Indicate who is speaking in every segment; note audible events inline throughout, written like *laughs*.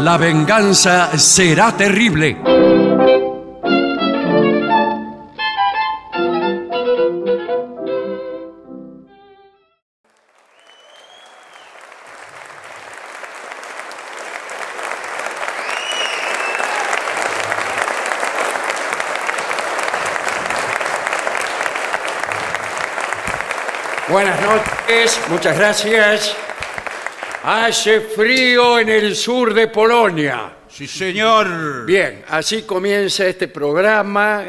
Speaker 1: La venganza será terrible.
Speaker 2: Buenas noches, muchas gracias. Hace frío en el sur de Polonia.
Speaker 3: Sí, señor.
Speaker 2: Bien, así comienza este programa.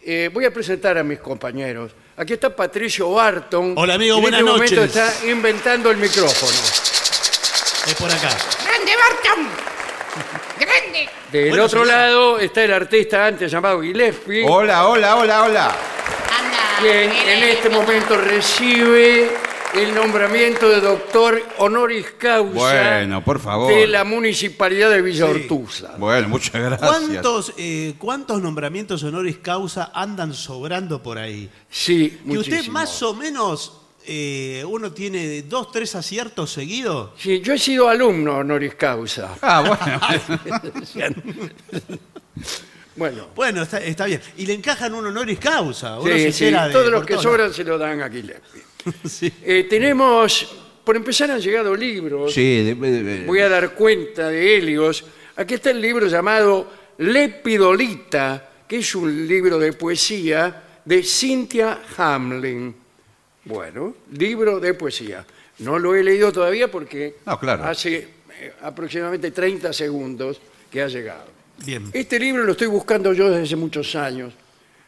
Speaker 2: Eh, voy a presentar a mis compañeros. Aquí está Patricio Barton.
Speaker 3: Hola, amigo,
Speaker 2: en
Speaker 3: buenas
Speaker 2: este momento
Speaker 3: noches.
Speaker 2: está inventando el micrófono.
Speaker 3: Es por acá.
Speaker 4: ¡Grande, Barton! ¡Grande!
Speaker 2: Del
Speaker 3: Bueno,
Speaker 2: otro
Speaker 3: señor.
Speaker 2: lado está el artista antes llamado Gillespie,
Speaker 3: Hola, hola, hola, hola.
Speaker 4: Anda.
Speaker 2: quien
Speaker 4: mira,
Speaker 2: en este
Speaker 4: mira.
Speaker 2: momento recibe el nombramiento de doctor honoris causa
Speaker 5: Bueno, por favor.
Speaker 2: de la municipalidad de Villa Ortuza.
Speaker 5: Bueno, muchas gracias.
Speaker 3: ¿Cuántos, eh, ¿Cuántos nombramientos honoris causa andan sobrando por ahí?
Speaker 2: Sí,
Speaker 3: Que usted
Speaker 2: muchísimo.
Speaker 3: más o menos, eh, uno tiene dos, tres aciertos seguidos.
Speaker 2: Sí, yo he sido alumno honoris causa.
Speaker 5: Ah, bueno.
Speaker 2: Bueno,
Speaker 3: Bueno, está, está bien. Y le encajan un honoris causa. Uno
Speaker 2: sí,
Speaker 3: se
Speaker 2: sí,
Speaker 3: entera de
Speaker 2: todos los
Speaker 3: por
Speaker 2: que
Speaker 3: todos
Speaker 2: sobran se lo dan a Gillespie.
Speaker 3: lados. *laughs* Sí.
Speaker 2: Eh, tenemos, por empezar han llegado libros,
Speaker 5: *laughs* Sí, de- de- de-
Speaker 2: voy a dar cuenta de Helios. Aquí está el libro llamado Lepidolita, que es un libro de poesía de Cynthia Hamlin. Bueno, libro de poesía. No lo he leído todavía porque
Speaker 5: No, claro.
Speaker 2: hace eh, aproximadamente 30 segundos que ha llegado.
Speaker 3: Bien.
Speaker 2: Este libro lo estoy buscando yo desde hace muchos años.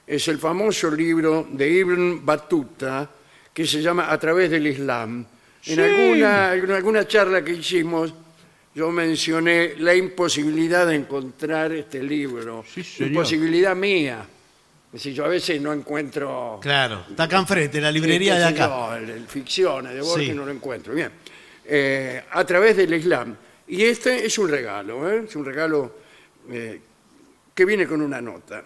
Speaker 2: Es el famoso libro de Ibn Battuta que se llama A través del Islam. En, alguna, en alguna charla que hicimos yo mencioné la imposibilidad de encontrar este libro.
Speaker 5: Sí, señor.
Speaker 2: Imposibilidad mía. Es decir, yo a veces no encuentro...
Speaker 3: Claro. Está acá enfrente, la librería
Speaker 2: Qué
Speaker 3: de
Speaker 2: sé
Speaker 3: acá.
Speaker 2: yo, Este, el, el ficciones de Borges
Speaker 3: Sí.
Speaker 2: no lo encuentro. Bien. Eh, a través del Islam. Y este es un regalo, ¿eh? es un regalo eh, que viene con una nota.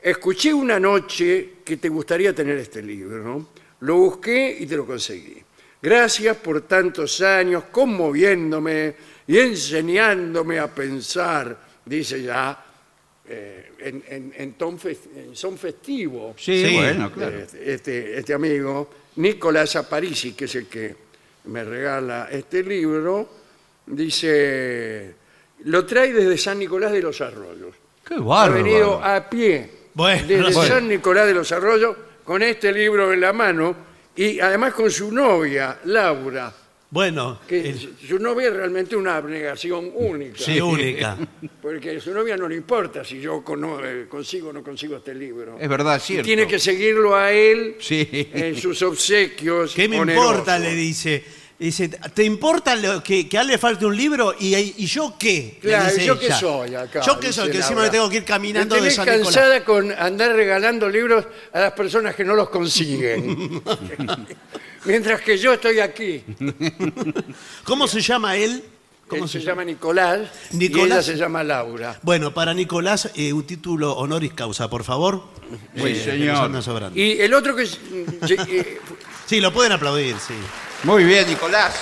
Speaker 2: Escuché una noche que te gustaría tener este libro. ¿no? Lo busqué y te lo conseguí. Gracias por tantos años conmoviéndome y enseñándome a pensar, dice ya, eh, en, en- en ton fes- en son festivo
Speaker 5: sí,
Speaker 3: Sí.
Speaker 5: bueno, claro.
Speaker 2: este, este- este amigo, Nicolás Aparici, que es el que me regala este libro, dice, lo trae desde San Nicolás de los Arroyos.
Speaker 5: Qué
Speaker 2: Ha
Speaker 5: bárbaro.
Speaker 2: venido a pie
Speaker 3: Bueno,
Speaker 2: desde
Speaker 3: bueno.
Speaker 2: San Nicolás de los Arroyos con este libro en la mano y además con su novia, Laura,
Speaker 3: Bueno,
Speaker 2: que
Speaker 3: el-
Speaker 2: su novia es realmente una abnegación única. *laughs*
Speaker 3: sí, única.
Speaker 2: Porque a su novia no le importa si yo cono- eh, consigo o no consigo este libro.
Speaker 5: Es verdad, es
Speaker 2: Y
Speaker 5: cierto.
Speaker 2: tiene que seguirlo a él
Speaker 5: Sí.
Speaker 2: en sus obsequios.
Speaker 3: ¿Qué me
Speaker 2: onerosos.
Speaker 3: importa? Le dice. Dice, ¿te importa lo que, que a él le falte un libro? ¿Y, y yo qué? Le
Speaker 2: Claro,
Speaker 3: dice
Speaker 2: ¿yo qué
Speaker 3: ella.
Speaker 2: soy acá?
Speaker 3: Yo qué
Speaker 2: Dice
Speaker 3: soy, que
Speaker 2: Laura.
Speaker 3: encima me tengo que ir caminando
Speaker 2: Me
Speaker 3: de
Speaker 2: tenés
Speaker 3: San Nicolás.
Speaker 2: cansada con andar regalando libros a las personas que no los
Speaker 3: *laughs*
Speaker 2: consiguen. Mientras que yo estoy aquí.
Speaker 3: ¿Cómo se llama él? ¿Cómo
Speaker 2: Él se, llama Nicolás, y
Speaker 3: Nicolás.
Speaker 2: ella se llama Laura.
Speaker 3: Bueno, para Nicolás, eh, un título honoris causa, por favor.
Speaker 5: Sí,
Speaker 3: que
Speaker 5: señor.
Speaker 3: nos andan sobrando.
Speaker 2: Y el otro que... eh,
Speaker 3: Sí, lo pueden aplaudir, sí. *laughs*
Speaker 5: Muy bien, Nicolás.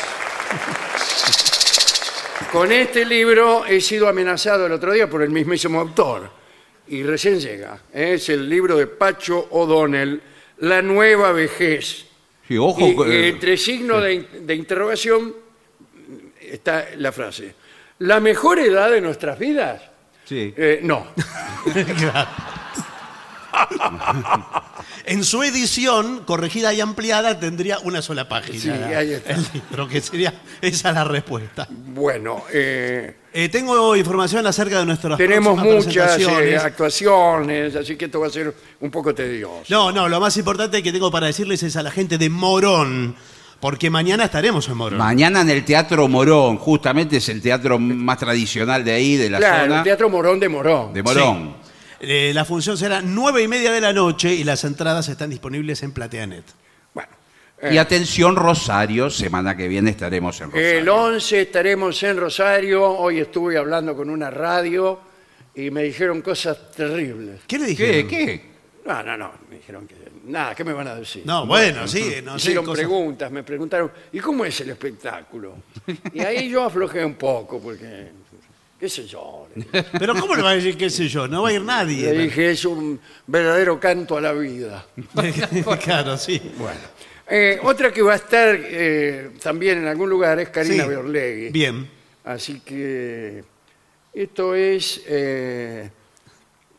Speaker 2: Con este libro he sido amenazado el otro día por el mismísimo autor. Y recién llega. Es el libro de Pacho O'Donnell, La nueva vejez.
Speaker 5: Sí, ojo.
Speaker 2: Y,
Speaker 5: que-
Speaker 2: y entre signos de, de interrogación está la frase. ¿La mejor edad de nuestras vidas?
Speaker 5: Sí.
Speaker 2: Eh, no. *laughs*
Speaker 3: Claro. en su edición, corregida y ampliada, tendría una sola página.
Speaker 2: Sí, ahí
Speaker 3: *laughs*
Speaker 2: está.
Speaker 3: El libro, que sería esa la respuesta.
Speaker 2: Bueno, eh,
Speaker 3: Eh, tengo información acerca de nuestras
Speaker 2: tenemos
Speaker 3: próximas
Speaker 2: muchas eh,
Speaker 3: presentaciones.
Speaker 2: actuaciones, así que esto va a ser un poco tedioso.
Speaker 3: No, no, lo más importante que tengo para decirles es a la gente de Morón, porque mañana estaremos en Morón.
Speaker 5: Mañana en el Teatro Morón, justamente es el teatro más tradicional de ahí, de la
Speaker 2: claro,
Speaker 5: zona.
Speaker 2: el Teatro Morón de Morón.
Speaker 5: De Morón.
Speaker 3: Sí. Eh, la función será nueve y media de la noche y las entradas están disponibles en Plateanet.
Speaker 2: Bueno,
Speaker 5: Y atención, Rosario, semana que viene estaremos en Rosario.
Speaker 2: el 11 estaremos en Rosario. Hoy estuve hablando con una radio y me dijeron cosas terribles.
Speaker 3: ¿Qué le
Speaker 5: ¿Qué?
Speaker 3: dijeron?
Speaker 5: ¿Qué?
Speaker 2: No, no, no, me dijeron que... Nada, ¿qué me van a decir?
Speaker 3: No, bueno, sí, no sé.
Speaker 2: Hicieron
Speaker 3: cosas-
Speaker 2: preguntas, me preguntaron, ¿y cómo es el espectáculo? Y ahí yo aflojé un poco, porque ¿Qué sé yo? Le dije.
Speaker 3: Pero ¿cómo le va a decir qué sé yo? No va a ir
Speaker 2: Le
Speaker 3: nadie.
Speaker 2: dije, es un verdadero canto a la vida.
Speaker 3: *laughs* claro, sí.
Speaker 2: Eh, otra que va a estar eh, también en algún lugar es Karina
Speaker 3: Sí.
Speaker 2: Berlegui.
Speaker 3: Bien.
Speaker 2: Así que esto es eh,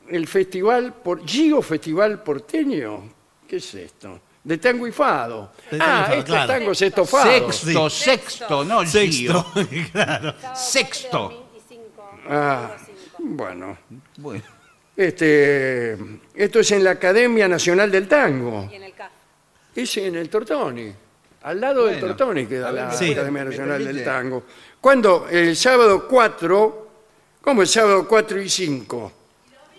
Speaker 2: el festival, por, Gigo Festival Porteño. ¿Qué es esto? De tango y fado.
Speaker 3: De tango y
Speaker 2: ah,
Speaker 3: fado,
Speaker 2: estos
Speaker 3: claro.
Speaker 2: tangos estofados.
Speaker 5: Sexto, sexto, no
Speaker 3: Sexto,
Speaker 5: Gio.
Speaker 3: *laughs* claro.
Speaker 5: Sexto.
Speaker 6: 25,
Speaker 2: Ah, bueno,
Speaker 5: Bueno,
Speaker 2: este, esto es en la Academia Nacional del Tango.
Speaker 6: y en el CAF.
Speaker 2: Es en el Tortoni. Al lado del
Speaker 5: Bueno.
Speaker 2: Tortoni queda la
Speaker 3: Sí.
Speaker 2: Academia
Speaker 5: ¿Me
Speaker 2: Nacional del
Speaker 5: permite?
Speaker 2: Tango. Cuando el sábado 4, ¿cómo el sábado 4 y 5?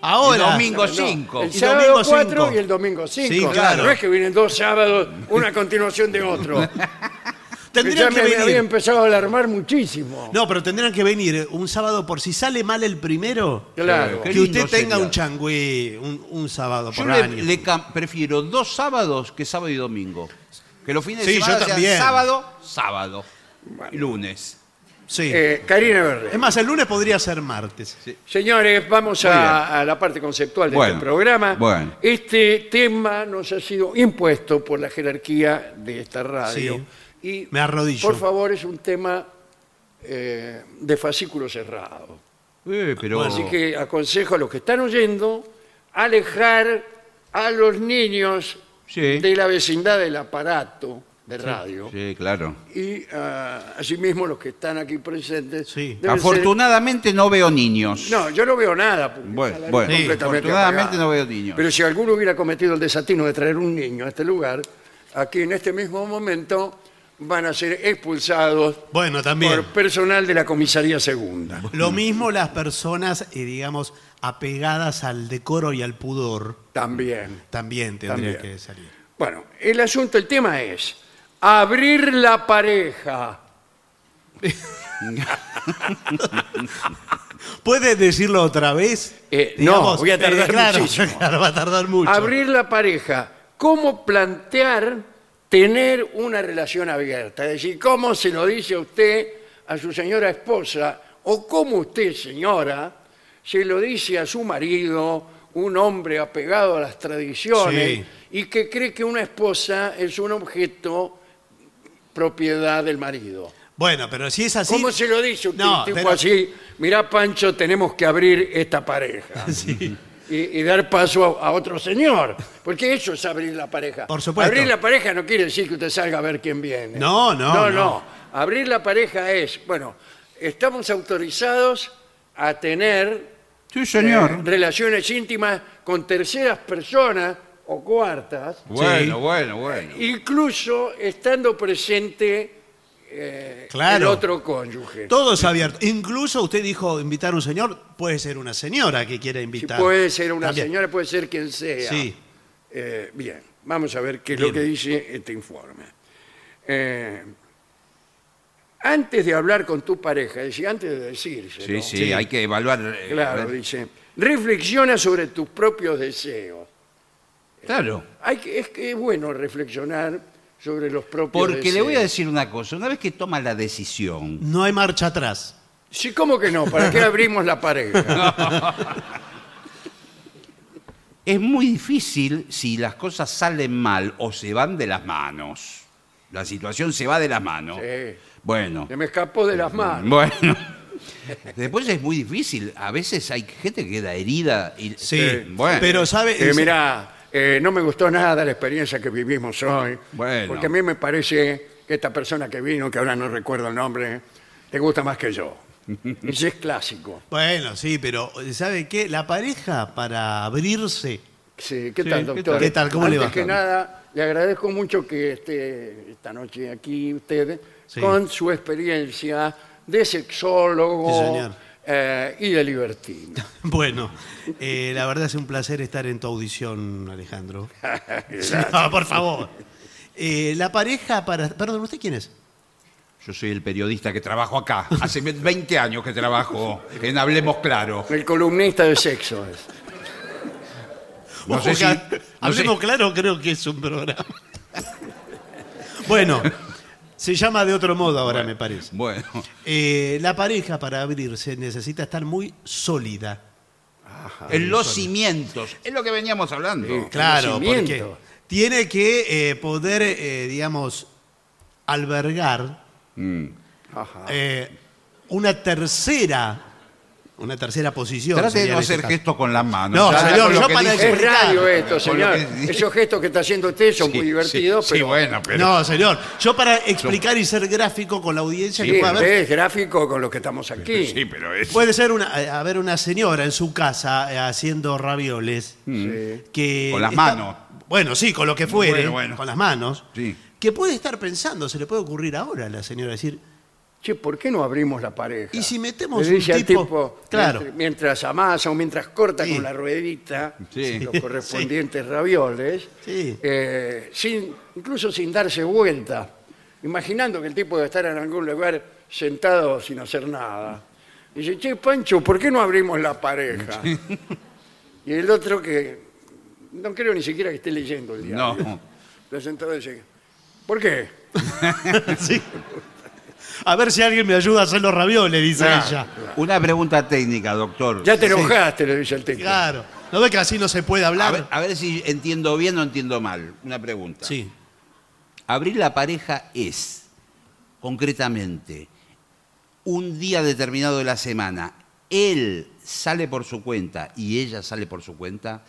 Speaker 3: Ahora.
Speaker 5: Domingo
Speaker 2: No,
Speaker 5: 5.
Speaker 2: el
Speaker 3: Y
Speaker 2: sábado
Speaker 3: domingo
Speaker 2: 4
Speaker 3: cinco.
Speaker 2: y el domingo 5.
Speaker 3: Sí, claro.
Speaker 2: No es que vienen dos sábados, una a continuación de otro. Que ya
Speaker 3: *laughs* Tendrían que
Speaker 2: me había em-
Speaker 3: venir.
Speaker 2: empezado a alarmar muchísimo.
Speaker 3: No, pero tendrían que venir eh, un sábado por si sale mal el primero.
Speaker 2: Claro.
Speaker 5: Claro, Qué
Speaker 3: Que usted
Speaker 5: lindo
Speaker 3: tenga
Speaker 5: sería.
Speaker 3: un changüí un, un sábado
Speaker 5: Yo
Speaker 3: por
Speaker 5: le,
Speaker 3: año.
Speaker 5: le cam- prefiero dos sábados que sábado y domingo. Que los fines de
Speaker 3: Sí, yo
Speaker 5: semana sean
Speaker 3: también.
Speaker 5: sábado, sábado, y lunes.
Speaker 3: Sí.
Speaker 2: Eh, Karina Verde.
Speaker 3: es más, el lunes podría ser martes.
Speaker 2: Señores, vamos a, a la parte conceptual de
Speaker 5: Bueno,
Speaker 2: este programa.
Speaker 5: bueno.
Speaker 2: Este tema nos ha sido impuesto por la jerarquía de esta radio. Y,
Speaker 3: me arrodillo.
Speaker 2: Por favor, es un tema eh, de fascículo cerrado.
Speaker 5: Eh, pero
Speaker 3: Bueno,
Speaker 2: Así que aconsejo a los que están oyendo alejar a los niños
Speaker 5: Sí.
Speaker 2: de la vecindad del aparato de radio.
Speaker 5: Sí, claro.
Speaker 2: Y ah, asimismo los que están aquí presentes.
Speaker 3: Sí.
Speaker 2: deben ser-
Speaker 5: Afortunadamente no veo niños.
Speaker 2: No, yo no veo nada. porque
Speaker 5: Bueno,
Speaker 2: está la luz
Speaker 5: bueno.
Speaker 3: Sí,
Speaker 2: completamente
Speaker 5: afortunadamente
Speaker 2: apagada.
Speaker 5: no veo niños.
Speaker 2: Pero si alguno hubiera cometido el desatino de traer un niño a este lugar, aquí en este mismo momento van a ser expulsados
Speaker 3: Bueno, también.
Speaker 2: por personal de la comisaría segunda.
Speaker 3: Lo mismo las personas, eh, digamos, apegadas al decoro y al pudor,
Speaker 2: También.
Speaker 3: también tendrían
Speaker 2: También.
Speaker 3: que salir.
Speaker 2: Bueno, el asunto, el tema es abrir la pareja.
Speaker 3: ¿Puede decirlo otra vez?
Speaker 2: Eh, no, voy a tardar
Speaker 3: claro,
Speaker 2: muchísimo.
Speaker 3: *laughs* claro, va a tardar mucho.
Speaker 2: Abrir la pareja. ¿Cómo plantear tener una relación abierta? Es decir, ¿cómo se lo dice usted a su señora esposa? ¿O cómo usted, señora, se lo dice a su marido, un hombre apegado a las tradiciones
Speaker 3: Sí.
Speaker 2: y que cree que una esposa es un objeto propiedad del marido?
Speaker 3: Bueno, pero si es así...
Speaker 2: ¿Cómo se lo dice usted?
Speaker 3: No,
Speaker 2: un tipo
Speaker 3: pero-
Speaker 2: así, mirá Pancho, tenemos que abrir esta pareja.
Speaker 3: *laughs* Sí.
Speaker 2: Y, y dar paso a, a otro señor. Porque eso es abrir la pareja.
Speaker 3: Por supuesto.
Speaker 2: Abrir la pareja no quiere decir que usted salga a ver quién viene.
Speaker 3: No, no,
Speaker 2: No, no.
Speaker 3: no.
Speaker 2: Abrir la pareja es, bueno, estamos autorizados a tener
Speaker 5: Sí,
Speaker 2: eh,
Speaker 5: señor.
Speaker 2: relaciones íntimas con terceras personas o cuartas,
Speaker 5: Bueno,
Speaker 3: Sí.
Speaker 5: bueno, bueno.
Speaker 2: incluso estando presente eh, el
Speaker 3: Claro.
Speaker 2: otro cónyuge.
Speaker 3: Todo es abierto. Incluso usted dijo invitar a un señor, puede ser una señora que quiera
Speaker 2: Si
Speaker 3: invitar.
Speaker 2: puede ser una
Speaker 3: También.
Speaker 2: señora, puede ser quien sea.
Speaker 3: Sí.
Speaker 2: Eh, bien, vamos a ver qué es lo
Speaker 3: Bien.
Speaker 2: que dice este informe. Eh, antes de hablar con tu pareja, es decir, antes de decirse,
Speaker 5: Sí, sí, hay que evaluar. eh, a
Speaker 2: claro,
Speaker 5: ver.
Speaker 2: dice, reflexiona sobre tus propios deseos.
Speaker 5: Claro.
Speaker 2: Hay que, es, que es bueno reflexionar sobre los propios
Speaker 5: Porque
Speaker 2: deseos.
Speaker 5: le voy a decir una cosa. Una vez que toma la decisión,
Speaker 3: No hay marcha atrás.
Speaker 2: Sí, ¿cómo que no?
Speaker 5: *laughs*
Speaker 2: ¿Para qué abrimos la pareja?
Speaker 5: es muy difícil si las cosas salen mal o se van de las manos. La situación se va de las manos.
Speaker 2: Sí.
Speaker 5: Bueno.
Speaker 2: Eh, Se me escapó de las manos.
Speaker 5: Bueno. *laughs* Después es muy difícil. A veces hay gente que queda herida. Y,
Speaker 3: Sí.
Speaker 5: Bueno.
Speaker 3: Pero sabe...
Speaker 2: Eh, mirá, eh, no me gustó nada la experiencia que vivimos
Speaker 3: Ah,
Speaker 2: hoy.
Speaker 5: Bueno.
Speaker 2: Porque a mí me parece que esta persona que vino, que ahora no recuerdo el nombre, te gusta más que
Speaker 3: *laughs*
Speaker 2: yo. Ese es clásico.
Speaker 3: Bueno, sí, pero eh, ¿sabe qué? La pareja para abrirse...
Speaker 2: Sí, ¿Qué
Speaker 5: Sí,
Speaker 2: tal,
Speaker 5: ¿qué
Speaker 2: doctor?
Speaker 5: tal?
Speaker 3: ¿Qué tal? ¿Cómo le
Speaker 2: Antes
Speaker 3: va?
Speaker 2: que nada, le agradezco mucho que esté esta noche aquí usted
Speaker 3: Sí.
Speaker 2: con su experiencia de sexólogo
Speaker 3: Sí, señor.
Speaker 2: eh, y de libertino.
Speaker 3: *laughs* Bueno, eh, la verdad es un placer estar en tu audición,
Speaker 5: *laughs*
Speaker 3: Alejandro. *laughs* No, por favor. Eh, la pareja para... Perdón, ¿usted quién es?
Speaker 5: Yo soy el periodista que trabajo acá. Hace *laughs* 20 años que trabajo en Hablemos Claro.
Speaker 2: El columnista de sexo es.
Speaker 5: No
Speaker 3: Ojo
Speaker 5: sé
Speaker 3: que
Speaker 5: si-
Speaker 3: ha-
Speaker 5: no
Speaker 3: Hablemos
Speaker 5: sé.
Speaker 3: claro, creo que es un programa. *laughs* Bueno, Se llama de otro modo ahora, me parece.
Speaker 5: Bueno,
Speaker 3: Eh, la pareja para abrirse necesita estar muy sólida. Ah,
Speaker 5: en los cimientos, es lo que veníamos hablando.
Speaker 3: Claro, porque
Speaker 2: Conocimiento.
Speaker 3: tiene que eh, poder, eh, digamos, albergar
Speaker 5: Mm.
Speaker 2: Ajá.
Speaker 3: eh, una tercera, una tercera posición.
Speaker 5: Trate de
Speaker 3: sería
Speaker 5: no
Speaker 3: en este
Speaker 5: hacer
Speaker 3: caso.
Speaker 5: gestos con las manos.
Speaker 3: No,
Speaker 5: Ya
Speaker 3: señor,
Speaker 5: con Ah, lo
Speaker 3: yo
Speaker 5: que
Speaker 3: para
Speaker 5: dice-
Speaker 2: Es radio esto,
Speaker 5: Con lo
Speaker 2: señor.
Speaker 5: que dice-
Speaker 2: Esos gestos que está haciendo usted son
Speaker 5: Sí,
Speaker 2: muy divertidos,
Speaker 5: sí, sí,
Speaker 2: pero
Speaker 5: bueno, pero...
Speaker 3: No, señor. Yo para explicar y ser gráfico con la audiencia
Speaker 2: sí,
Speaker 3: que pueda
Speaker 2: usted
Speaker 3: haber.
Speaker 2: es gráfico con lo que estamos aquí.
Speaker 5: Sí, pero es...
Speaker 3: Puede ser una, eh, haber una señora en su casa eh, haciendo ravioles
Speaker 2: Sí.
Speaker 3: que
Speaker 5: Mm. Con las
Speaker 3: está-
Speaker 5: manos.
Speaker 3: Bueno, sí, con lo que fuere,
Speaker 5: Bueno, bueno.
Speaker 3: con las manos.
Speaker 5: Sí.
Speaker 3: Que puede estar pensando, se le puede ocurrir ahora a la señora decir,
Speaker 2: Che, ¿por qué no abrimos la pareja?
Speaker 3: ¿Y si metemos
Speaker 2: Le dice
Speaker 3: un
Speaker 2: al
Speaker 3: tipo- Claro.
Speaker 2: mientras, mientras amasa o mientras corta
Speaker 3: Sí.
Speaker 2: con la ruedita
Speaker 5: Sí.
Speaker 2: los correspondientes ravioles,
Speaker 3: Sí.
Speaker 2: eh, sin, incluso sin darse vuelta, imaginando que el tipo debe estar en algún lugar sentado sin hacer nada. Dice, che, Pancho, ¿por qué no abrimos la pareja? y el otro que no creo ni siquiera que esté leyendo el diario.
Speaker 5: No.
Speaker 2: Está sentado y dice, ¿por qué?
Speaker 3: *laughs* sí. A ver si alguien me ayuda a hacer los ravioles, dice
Speaker 2: Claro.
Speaker 3: ella.
Speaker 5: Una pregunta técnica, doctor.
Speaker 2: Ya te enojaste, le dice el tipo.
Speaker 3: Claro. ¿No ve que así no se puede
Speaker 5: A
Speaker 3: hablar?
Speaker 5: ver, a ver si entiendo bien o entiendo mal. Una pregunta.
Speaker 3: Sí.
Speaker 5: Abrir la pareja es, concretamente, un día determinado de la semana, él sale por su cuenta y ella sale por su cuenta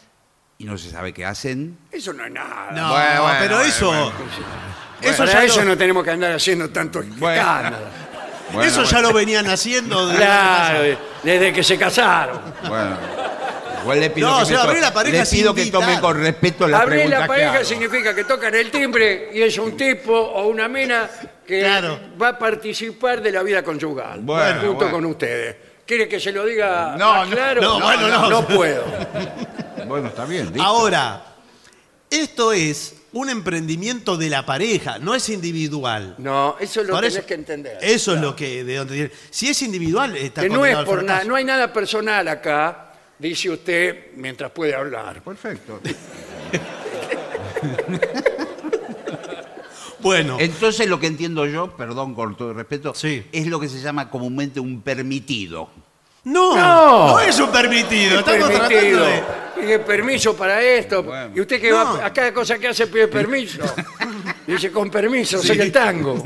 Speaker 5: y no se sabe qué hacen.
Speaker 2: Eso no es nada.
Speaker 3: No,
Speaker 5: Bueno, bueno,
Speaker 3: pero
Speaker 5: bueno,
Speaker 3: eso. Eso,
Speaker 2: Para
Speaker 3: ya,
Speaker 2: eso
Speaker 3: lo,
Speaker 2: no tenemos que andar haciendo tanto escándalo.
Speaker 5: Bueno,
Speaker 3: eso ya lo venían haciendo. desde
Speaker 2: Claro,
Speaker 3: la
Speaker 2: eh, desde que se casaron.
Speaker 5: Bueno. Igual le pido
Speaker 3: No,
Speaker 5: que
Speaker 3: o sea,
Speaker 5: me to-
Speaker 3: abrir la pareja
Speaker 5: le
Speaker 3: sin
Speaker 5: pido que
Speaker 3: invitar.
Speaker 5: tome con respeto la
Speaker 2: Abrir
Speaker 5: pregunta
Speaker 2: la
Speaker 5: que
Speaker 2: pareja
Speaker 5: hago.
Speaker 2: significa que tocan el timbre y es un tipo o una mina que
Speaker 3: Claro.
Speaker 2: va a participar de la vida conyugal
Speaker 5: Bueno,
Speaker 2: junto
Speaker 5: bueno.
Speaker 2: con ustedes. ¿Quiere que se lo diga
Speaker 5: No,
Speaker 2: más
Speaker 5: no,
Speaker 2: claro?
Speaker 3: no, bueno, no.
Speaker 2: puedo.
Speaker 5: Bueno, está
Speaker 3: Ah,
Speaker 5: bien. listo.
Speaker 3: Ahora, esto es un emprendimiento de la pareja, no es individual.
Speaker 2: No, eso lo
Speaker 3: Por
Speaker 2: tenés
Speaker 3: eso-
Speaker 2: que entender.
Speaker 3: Eso es lo que de donde tiene- Si es individual, está
Speaker 2: que no es
Speaker 3: condenado al
Speaker 2: por nada,
Speaker 3: fracaso.
Speaker 2: no hay nada personal acá, dice usted mientras puede hablar.
Speaker 5: Perfecto.
Speaker 3: Bueno,
Speaker 5: *laughs* Entonces lo que entiendo yo, perdón con todo el respeto,
Speaker 3: Sí.
Speaker 5: es lo que se llama comúnmente un permitido.
Speaker 3: no,
Speaker 2: No.
Speaker 3: no es un permitido. Estamos
Speaker 2: permitido.
Speaker 3: tratando de.
Speaker 2: Dije, permiso para esto.
Speaker 5: Bueno.
Speaker 2: Y usted que
Speaker 3: No.
Speaker 2: va a cada cosa que hace pide permiso. *laughs* Dice, con permiso, soy el
Speaker 3: *laughs*
Speaker 2: tango.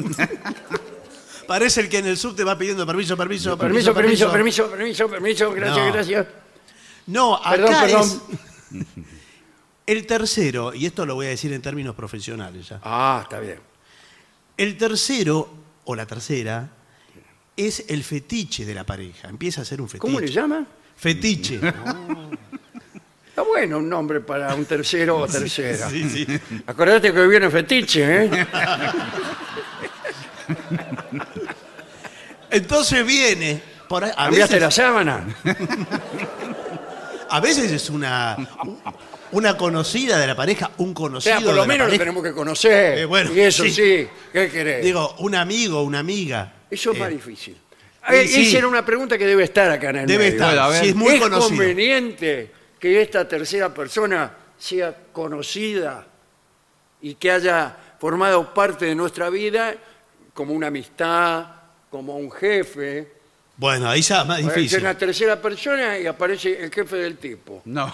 Speaker 3: Parece el que en el subte va pidiendo permiso, permiso,
Speaker 2: Permiso, permiso, permiso, permiso, permiso, gracias,
Speaker 3: No.
Speaker 2: gracias.
Speaker 3: No, acá
Speaker 2: Perdón,
Speaker 3: es.
Speaker 2: perdón.
Speaker 3: El tercero, y esto lo voy a decir en términos profesionales ya.
Speaker 2: Ah, está bien.
Speaker 3: El tercero o la tercera es el fetiche de la pareja. Empieza a ser un fetiche.
Speaker 2: ¿Cómo le llama?
Speaker 3: Fetiche.
Speaker 2: Está bueno un nombre para un tercero o tercera.
Speaker 3: *laughs* Sí, sí.
Speaker 2: Acordate que hoy viene
Speaker 3: *laughs*
Speaker 2: fetiche, ¿eh?
Speaker 3: Entonces viene. Por ahí- a,
Speaker 2: ¿Cambiaste la
Speaker 3: veces,
Speaker 2: sábana?
Speaker 3: a veces es una, una conocida de la pareja, un
Speaker 2: O sea,
Speaker 3: conocido.
Speaker 2: por lo
Speaker 3: de la
Speaker 2: menos lo
Speaker 3: pareja.
Speaker 2: tenemos que conocer.
Speaker 3: Eh, bueno,
Speaker 2: y eso
Speaker 3: sí.
Speaker 2: sí. ¿qué querés?
Speaker 3: Digo, un amigo, una amiga.
Speaker 2: eso es
Speaker 3: Eh,
Speaker 2: más difícil. A ver,
Speaker 3: sí.
Speaker 2: Esa era una pregunta que debe estar acá en el
Speaker 3: Debe
Speaker 2: medio.
Speaker 3: estar.
Speaker 5: Bueno, a ver.
Speaker 3: si es muy
Speaker 2: ¿Es
Speaker 3: conocido.
Speaker 2: conveniente que esta tercera persona sea conocida y que haya formado parte de nuestra vida como una amistad, como un jefe?
Speaker 3: Bueno, ahí ya es más
Speaker 2: Aparece
Speaker 3: difícil.
Speaker 2: una tercera persona y aparece el jefe del tipo.
Speaker 5: *laughs* No.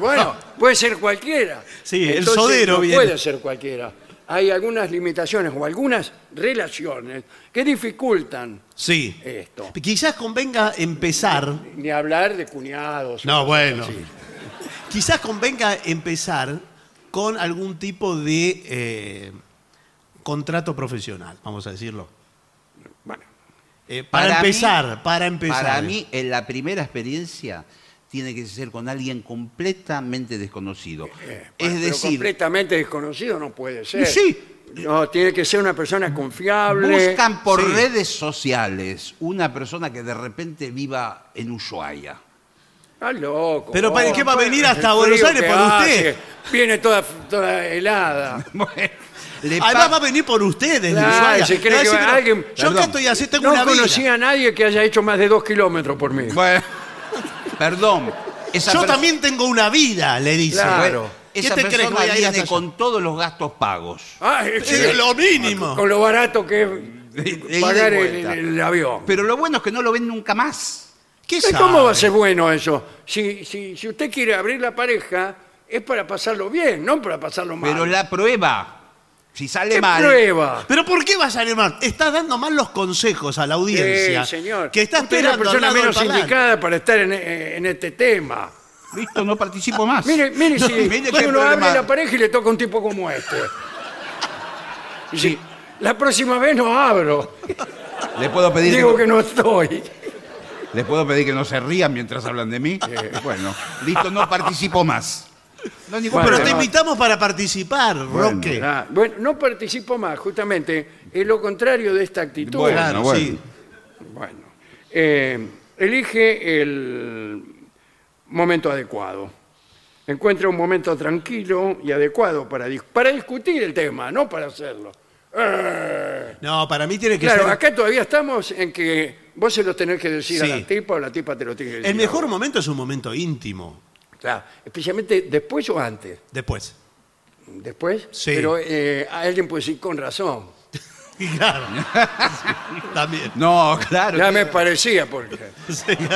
Speaker 2: Bueno, puede ser cualquiera.
Speaker 3: Sí, el sodero
Speaker 2: no
Speaker 3: viene.
Speaker 2: puede ser cualquiera. Hay algunas limitaciones o algunas relaciones que dificultan
Speaker 3: Sí.
Speaker 2: esto.
Speaker 3: Quizás convenga empezar.
Speaker 2: Ni hablar de cuñados.
Speaker 3: No, bueno.
Speaker 2: Sí.
Speaker 3: Quizás convenga empezar con algún tipo de eh, contrato profesional, vamos a decirlo.
Speaker 2: Bueno.
Speaker 3: Eh, para,
Speaker 5: Para mí-
Speaker 3: empezar, para empezar.
Speaker 5: Para mí, en la primera experiencia tiene que ser con alguien completamente desconocido.
Speaker 2: Bueno,
Speaker 5: es
Speaker 2: Eh, pero
Speaker 5: decir,
Speaker 2: completamente desconocido no puede ser.
Speaker 3: Sí.
Speaker 2: No, tiene que ser una persona confiable.
Speaker 5: buscan por
Speaker 3: Sí.
Speaker 5: redes sociales una persona que de repente viva en Ushuaia. *laughs*
Speaker 2: Está loco.
Speaker 3: Pero, ¿para qué va a
Speaker 2: Bueno,
Speaker 3: venir
Speaker 2: el
Speaker 3: hasta
Speaker 2: frío
Speaker 3: Buenos Aires
Speaker 2: que
Speaker 3: por
Speaker 2: hace.
Speaker 3: usted?
Speaker 2: Viene toda, toda
Speaker 3: *laughs*
Speaker 2: helada.
Speaker 5: Bueno, le
Speaker 3: Además
Speaker 5: pa-
Speaker 3: va a venir por ustedes de
Speaker 2: Claro,
Speaker 3: Ushuaia.
Speaker 2: se cree
Speaker 3: Le va a
Speaker 2: que
Speaker 3: decir,
Speaker 2: va
Speaker 3: "No,
Speaker 2: alguien-
Speaker 3: Yo acá
Speaker 5: Perdón.
Speaker 3: estoy así, tengo
Speaker 2: No
Speaker 3: una vida.
Speaker 2: conocía a nadie que haya hecho más de dos kilómetros por mí.
Speaker 5: Bueno, perdón. esa
Speaker 3: Yo
Speaker 5: pers-
Speaker 3: también tengo una vida, le dice.
Speaker 2: Claro.
Speaker 5: Bueno, esa
Speaker 3: te crees que
Speaker 5: persona
Speaker 3: voy a ir hasta
Speaker 5: viene
Speaker 3: allá?
Speaker 5: con todos los gastos pagos.
Speaker 2: Ah, es
Speaker 3: Sí,
Speaker 2: que-
Speaker 3: lo mínimo.
Speaker 2: Con lo barato que es
Speaker 5: De- de ida y
Speaker 2: pagar el,
Speaker 5: vuelta.
Speaker 2: el avión.
Speaker 5: Pero lo bueno es que no lo ven nunca más.
Speaker 3: ¿Qué
Speaker 2: Ay, ¿Cómo va a
Speaker 3: sabe?
Speaker 2: ser bueno eso? Si, si, si usted quiere abrir la pareja, es para pasarlo bien, no para pasarlo mal.
Speaker 5: Pero la prueba, si sale
Speaker 2: ¿Qué
Speaker 5: mal,
Speaker 2: prueba?
Speaker 3: ¿Pero por qué va a salir mal? Estás dando mal los consejos a la audiencia.
Speaker 2: Sí, señor.
Speaker 3: Que está
Speaker 2: usted es la
Speaker 3: esperando al
Speaker 2: persona
Speaker 3: lado del
Speaker 2: menos
Speaker 3: parlante.
Speaker 2: indicada para estar en, eh, en este tema.
Speaker 5: listo, no participo más.
Speaker 2: Mire, mire si
Speaker 5: mire qué
Speaker 2: uno abre
Speaker 5: problema.
Speaker 2: la pareja y le toca un tipo como este. Y si, La próxima vez no abro.
Speaker 5: ¿Le puedo, pedir que
Speaker 2: Digo
Speaker 5: no-
Speaker 2: que no estoy.
Speaker 5: ¿Les puedo pedir que no se rían mientras hablan de mí? Bueno, listo, no participo más. No, ningún
Speaker 2: Bueno,
Speaker 3: Pero
Speaker 5: problema.
Speaker 3: te invitamos para participar,
Speaker 5: Bueno.
Speaker 3: Roque.
Speaker 2: Ah, bueno, no participo más, justamente. Es lo contrario de esta actitud.
Speaker 5: Bueno,
Speaker 3: Claro,
Speaker 5: bueno.
Speaker 3: sí.
Speaker 2: Bueno, eh, elige el momento adecuado. Encuentra un momento tranquilo y adecuado para, dis- para discutir el tema, no para hacerlo. Eh,
Speaker 3: No, para mí tiene que
Speaker 2: Claro,
Speaker 3: ser.
Speaker 2: acá todavía estamos en que vos se lo tenés que decir a
Speaker 3: Sí.
Speaker 2: la tipa o la tipa te lo tiene que decir.
Speaker 3: El mejor
Speaker 2: a vos.
Speaker 3: momento es un momento íntimo.
Speaker 2: Claro, especialmente después o antes.
Speaker 3: Después. *laughs*
Speaker 2: Después,
Speaker 3: Sí.
Speaker 2: pero eh, alguien puede decir con razón.
Speaker 3: Y
Speaker 5: *laughs*
Speaker 3: Claro. También.
Speaker 5: No, claro.
Speaker 2: Ya me
Speaker 5: usted-
Speaker 2: parecía, porque.
Speaker 3: *laughs*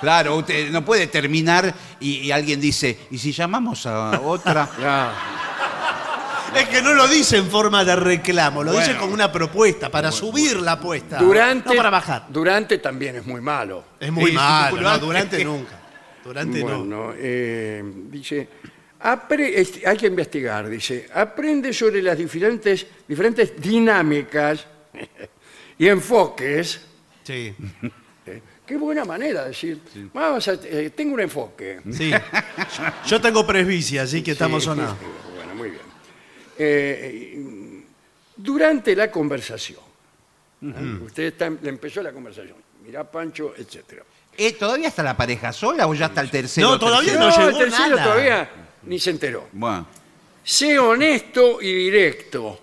Speaker 5: Claro, usted no puede terminar y, y alguien dice, ¿y si llamamos a otra?
Speaker 2: *laughs* Ya.
Speaker 3: Es que no lo dice en forma de reclamo, lo dice
Speaker 5: Bueno.
Speaker 3: con una propuesta, para subir la apuesta.
Speaker 2: Durante,
Speaker 3: No para bajar.
Speaker 2: Durante también es muy malo.
Speaker 3: Es muy
Speaker 5: Sí,
Speaker 3: malo.
Speaker 5: circular.
Speaker 3: no, durante nunca. Durante no.
Speaker 2: Bueno, eh, dice, apre- es- hay que investigar, dice, aprende sobre las diferentes, diferentes dinámicas *laughs* y enfoques.
Speaker 3: Sí.
Speaker 2: Qué buena manera de decir, vamos a- eh, tengo un enfoque.
Speaker 3: sí.
Speaker 5: *laughs*
Speaker 3: Yo tengo presbicia, así que estamos
Speaker 2: Sí,
Speaker 3: sonados.
Speaker 2: sí, sí, Bueno, muy bien. Eh, y- durante la conversación, usted está- le empezó la conversación, mirá Pancho, etcétera.
Speaker 5: Eh, ¿Todavía está la pareja sola o ya está el tercero?
Speaker 3: No, todavía
Speaker 5: tercero?
Speaker 3: no llegó
Speaker 2: el tercero
Speaker 3: nada.
Speaker 2: todavía ni se enteró.
Speaker 5: Bueno,
Speaker 2: Sé honesto y directo.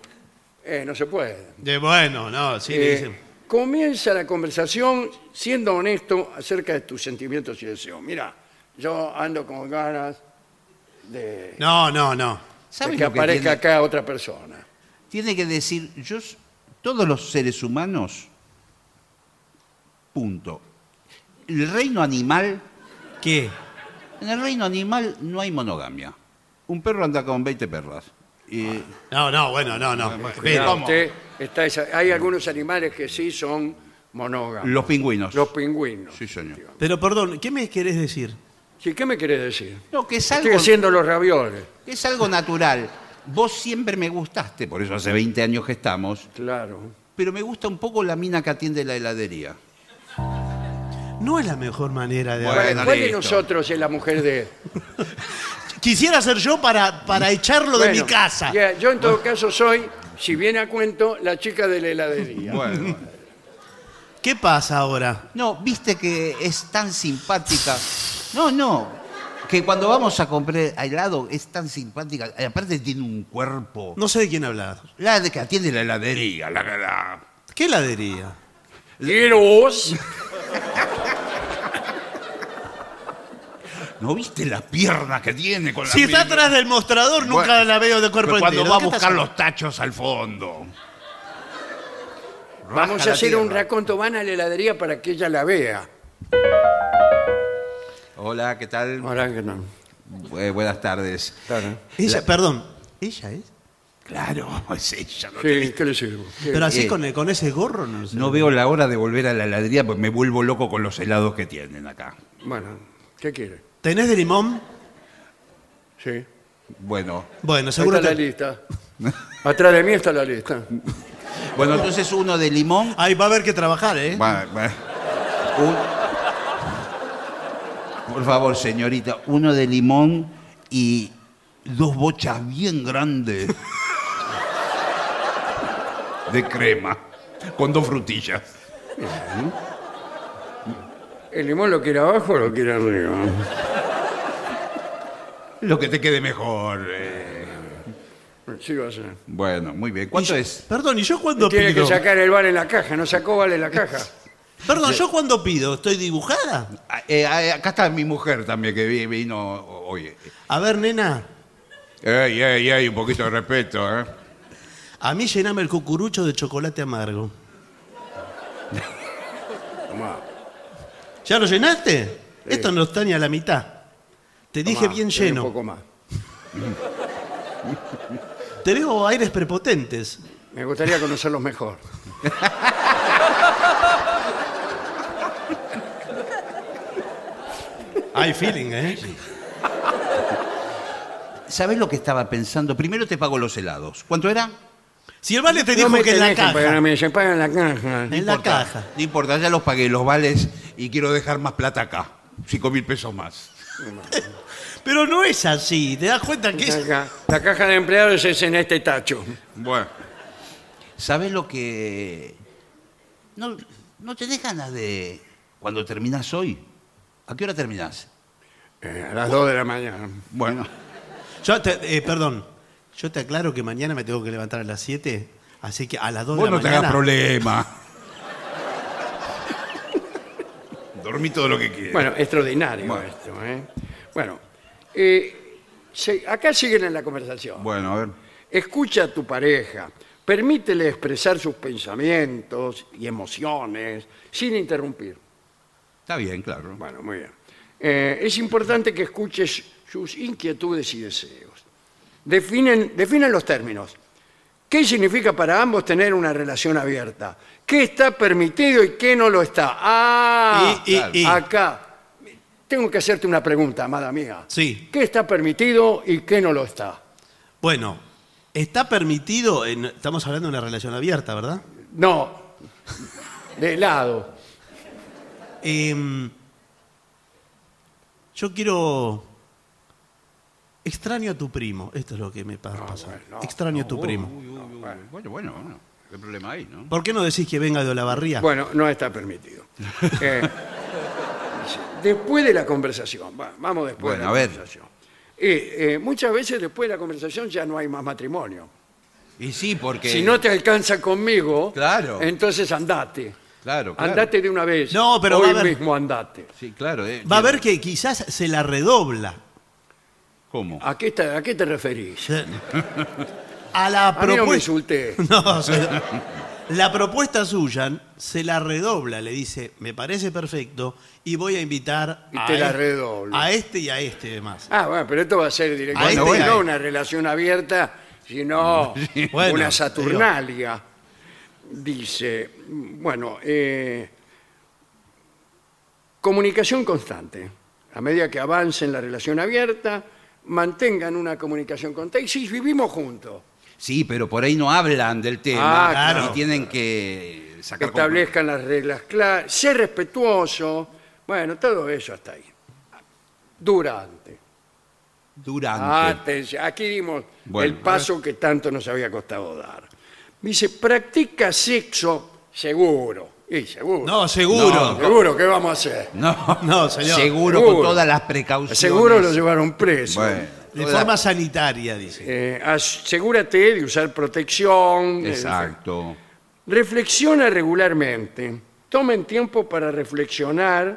Speaker 2: Eh, no se puede.
Speaker 3: De bueno, no, sí, le
Speaker 2: Eh,
Speaker 3: dicen.
Speaker 2: comienza la conversación siendo honesto acerca de tus sentimientos y deseos. Mira, yo ando con ganas de,
Speaker 3: No, no, no.
Speaker 2: de
Speaker 5: ¿sabes
Speaker 2: que
Speaker 5: lo que
Speaker 2: aparezca
Speaker 5: tiene?
Speaker 2: acá otra persona.
Speaker 5: Tiene que decir, yo, s- todos los seres humanos, punto. El reino animal
Speaker 3: ¿Qué?
Speaker 5: En el reino animal no hay monogamia. Un perro anda con 20 perras. Y
Speaker 3: No, no, bueno, no, no.
Speaker 2: Mira,
Speaker 3: Pero,
Speaker 2: usted está esa- hay algunos animales que sí son monógamos.
Speaker 5: los pingüinos.
Speaker 2: Los pingüinos.
Speaker 5: Sí, señor.
Speaker 3: pero perdón, ¿qué me querés decir?
Speaker 2: Sí, ¿Qué me querés decir?
Speaker 5: No, que es
Speaker 2: Estoy
Speaker 5: algo,
Speaker 2: haciendo los ravioles.
Speaker 5: que es algo natural. Vos siempre me gustaste, por eso hace 20 años que estamos,
Speaker 2: Claro.
Speaker 5: pero me gusta un poco la mina que atiende la heladería.
Speaker 3: No es la mejor manera de
Speaker 5: Bueno,
Speaker 2: ¿Cuál de
Speaker 5: listo.
Speaker 2: nosotros es la mujer de...?
Speaker 3: Quisiera ser yo para, para echarlo de
Speaker 2: Bueno,
Speaker 3: mi casa.
Speaker 2: ya, yo en todo caso soy, si viene a cuento, la chica de la heladería.
Speaker 5: Bueno.
Speaker 3: ¿Qué pasa ahora?
Speaker 5: No, viste que es tan simpática. No, no. Que cuando vamos a comprar helado es tan simpática. Eh, Aparte tiene un cuerpo.
Speaker 3: No sé de quién hablas.
Speaker 5: La de que atiende la heladería, la la-
Speaker 3: ¿Qué heladería?
Speaker 2: Leros.
Speaker 5: ¿No viste la pierna que tiene con la
Speaker 3: Si está
Speaker 5: mina?
Speaker 3: atrás del mostrador, nunca
Speaker 5: Bueno,
Speaker 3: la veo de cuerpo
Speaker 5: Pero cuando
Speaker 3: entero.
Speaker 5: va a
Speaker 3: ¿Qué estás
Speaker 5: buscar
Speaker 3: haciendo?
Speaker 5: los tachos al fondo.
Speaker 2: Vamos
Speaker 5: Raja
Speaker 2: a
Speaker 5: la
Speaker 2: hacer un
Speaker 5: tierra.
Speaker 2: raconto, van a la heladería para que ella la vea.
Speaker 5: Hola, ¿qué tal?
Speaker 2: Ahora que no.
Speaker 5: Eh, buenas tardes.
Speaker 2: Claro.
Speaker 3: Ella, perdón. ¿Ella es?
Speaker 5: Claro, *laughs* es ella. No,
Speaker 2: Sí, ¿qué le sirvo? ¿Qué?
Speaker 3: Pero así
Speaker 5: Eh.
Speaker 3: con, con ese gorro no sé.
Speaker 5: no veo la hora de volver a la heladería porque me vuelvo loco con los helados que tienen acá.
Speaker 2: Bueno, ¿qué quiere?
Speaker 3: ¿Tenés de limón?
Speaker 2: Sí. Ahí
Speaker 5: Bueno,
Speaker 3: Bueno, seguro
Speaker 2: está la
Speaker 3: te-
Speaker 2: lista. Atrás de mí está la lista.
Speaker 5: bueno, entonces uno de limón.
Speaker 3: Ay, va a haber que trabajar, ¿eh?
Speaker 5: Va- va- un- por favor, señorita, uno de limón y dos bochas bien grandes de crema con dos frutillas.
Speaker 2: ¿El limón lo quiere abajo o lo quiere arriba?
Speaker 5: Lo que te quede mejor. eh.
Speaker 2: Sí, va a ser.
Speaker 5: Bueno, muy bien.
Speaker 3: Y
Speaker 5: ¿Cuánto
Speaker 3: yo-
Speaker 5: es?
Speaker 3: Perdón, ¿y yo cuando
Speaker 2: Tiene que
Speaker 3: pido?
Speaker 2: sacar el vale en la caja, no sacó vale en la caja.
Speaker 3: Perdón, ¿yo cuando pido? ¿Estoy dibujada?
Speaker 5: eh, Ah, eh, ah, acá está mi mujer también que vi- vino hoy.
Speaker 3: A ver, nena,
Speaker 6: Ey, ey, ey, un poquito de respeto, ¿eh?
Speaker 3: A mí llename el cucurucho de chocolate amargo.
Speaker 2: Tomá.
Speaker 3: ¿Ya lo llenaste? Esto no está ni a la mitad. Te dije
Speaker 2: Tomá,
Speaker 3: bien
Speaker 2: te doy
Speaker 3: lleno.
Speaker 2: Un poco más.
Speaker 3: Te veo aires prepotentes.
Speaker 2: Me gustaría conocerlos
Speaker 3: *laughs*
Speaker 2: mejor.
Speaker 3: Hay feeling, ¿eh?
Speaker 5: ¿Sabés lo que estaba pensando? Primero te pago los helados. ¿Cuánto era?
Speaker 3: Si el vale te dijo
Speaker 2: no me
Speaker 3: que en la
Speaker 2: tenés
Speaker 3: caja.
Speaker 2: pagar a mí, se paga en la caja.
Speaker 3: En la
Speaker 5: importa,
Speaker 3: caja.
Speaker 5: No importa, ya los pagué, los vales, y quiero dejar más plata acá. Cinco mil pesos más.
Speaker 3: Pero no es así. ¿Te das cuenta que es?
Speaker 2: Acá. La caja de empleados es en este tacho.
Speaker 6: Bueno,
Speaker 5: ¿Sabés lo que.? No, no tenés ganas de. Cuando terminás hoy. ¿A qué hora terminás?
Speaker 2: Eh, a las 2 de la mañana.
Speaker 5: Bueno.
Speaker 3: Yo te- eh, perdón. Yo te aclaro que mañana me tengo que levantar a las 7. Así que a las 2 de
Speaker 6: vos
Speaker 3: la
Speaker 6: no te
Speaker 3: mañana.
Speaker 6: hagas
Speaker 5: *laughs*
Speaker 6: problema. Dormí todo lo que quieras.
Speaker 2: Bueno, extraordinario
Speaker 6: Bueno.
Speaker 2: esto. ¿eh? Bueno, eh, se- acá siguen en la conversación.
Speaker 6: Bueno, a ver.
Speaker 2: Escucha a tu pareja, permítele expresar sus pensamientos y emociones sin interrumpir.
Speaker 5: Está bien, claro.
Speaker 2: Bueno, muy bien. Eh, es importante que escuches sus inquietudes y deseos. Definen, definen los términos. ¿Qué significa para ambos tener una relación abierta? ¿Qué está permitido y qué no lo está? Ah,
Speaker 3: Y- y- y.
Speaker 2: acá. Tengo que hacerte una pregunta, amada mía.
Speaker 3: Sí.
Speaker 2: ¿Qué está permitido y qué no lo está?
Speaker 3: Bueno, está permitido. en- estamos hablando de una relación abierta, ¿verdad?
Speaker 2: No. De lado.
Speaker 3: Em, yo quiero. Extraño a tu primo. Esto es lo que me pa- pasa.
Speaker 2: Ah, bueno,
Speaker 3: Extraño a tu primo.
Speaker 5: Bueno, bueno, bueno. ¿Qué problema hay, no?
Speaker 3: ¿Por qué no decís que venga de Olavarría?
Speaker 2: Bueno, no está
Speaker 5: *laughs*
Speaker 2: permitido. Eh, después de la conversación, va, vamos después de
Speaker 5: Bueno,
Speaker 2: la
Speaker 5: a ver.
Speaker 2: conversación. Y, eh, muchas veces después de la conversación ya no hay más matrimonio.
Speaker 5: Y sí, porque.
Speaker 2: Si no te alcanza conmigo,
Speaker 5: Claro.
Speaker 2: entonces andate.
Speaker 5: Claro, claro.
Speaker 2: Andate de una vez.
Speaker 3: No, pero va
Speaker 2: Hoy
Speaker 3: a haber-
Speaker 2: mismo andate.
Speaker 5: Sí, claro. eh,
Speaker 3: Va a
Speaker 5: tiene-
Speaker 3: ver que quizás se la redobla.
Speaker 5: ¿Cómo?
Speaker 2: ¿A qué te, a qué te referís?
Speaker 3: A
Speaker 2: *laughs*
Speaker 3: la
Speaker 2: A mí no me
Speaker 3: propuesta.
Speaker 2: insulté.
Speaker 3: *laughs* No, se- la propuesta suya se la redobla, le dice, me parece perfecto y voy a invitar
Speaker 2: Y
Speaker 3: a,
Speaker 2: te la
Speaker 3: este-
Speaker 2: redoblo.
Speaker 3: a este y a este demás.
Speaker 2: Ah, bueno, pero esto va a ser directamente
Speaker 3: Ahí te-
Speaker 2: no una relación abierta,
Speaker 3: *laughs*
Speaker 2: sino
Speaker 3: Bueno,
Speaker 2: una
Speaker 3: te
Speaker 2: Saturnalia. Dice, bueno, eh, comunicación constante. A medida que avance en la relación abierta, mantengan una comunicación constante. Y si vivimos juntos,
Speaker 5: Sí, pero por ahí no hablan del tema.
Speaker 2: Ah,
Speaker 3: claro.
Speaker 5: Y tienen que sacar.
Speaker 2: establezcan las reglas claras, ser respetuoso, bueno, todo eso hasta ahí. Durante.
Speaker 5: conclu- Durante.
Speaker 2: Atención, aquí dimos
Speaker 5: Bueno.
Speaker 2: el paso que tanto nos había costado dar. Dice, practica sexo seguro. Y seguro.
Speaker 3: No, seguro.
Speaker 5: No.
Speaker 2: seguro, ¿qué vamos a hacer? *laughs*
Speaker 5: No,
Speaker 3: No, señor.
Speaker 5: Seguro,
Speaker 2: Seguro.
Speaker 5: con todas las precauciones.
Speaker 2: Seguro lo llevaron preso.
Speaker 5: Bueno,
Speaker 3: De
Speaker 5: todas-
Speaker 3: forma sanitaria, dice.
Speaker 2: Eh, asegúrate de usar protección.
Speaker 5: Exacto.
Speaker 2: Reflexiona regularmente. Tomen tiempo para reflexionar.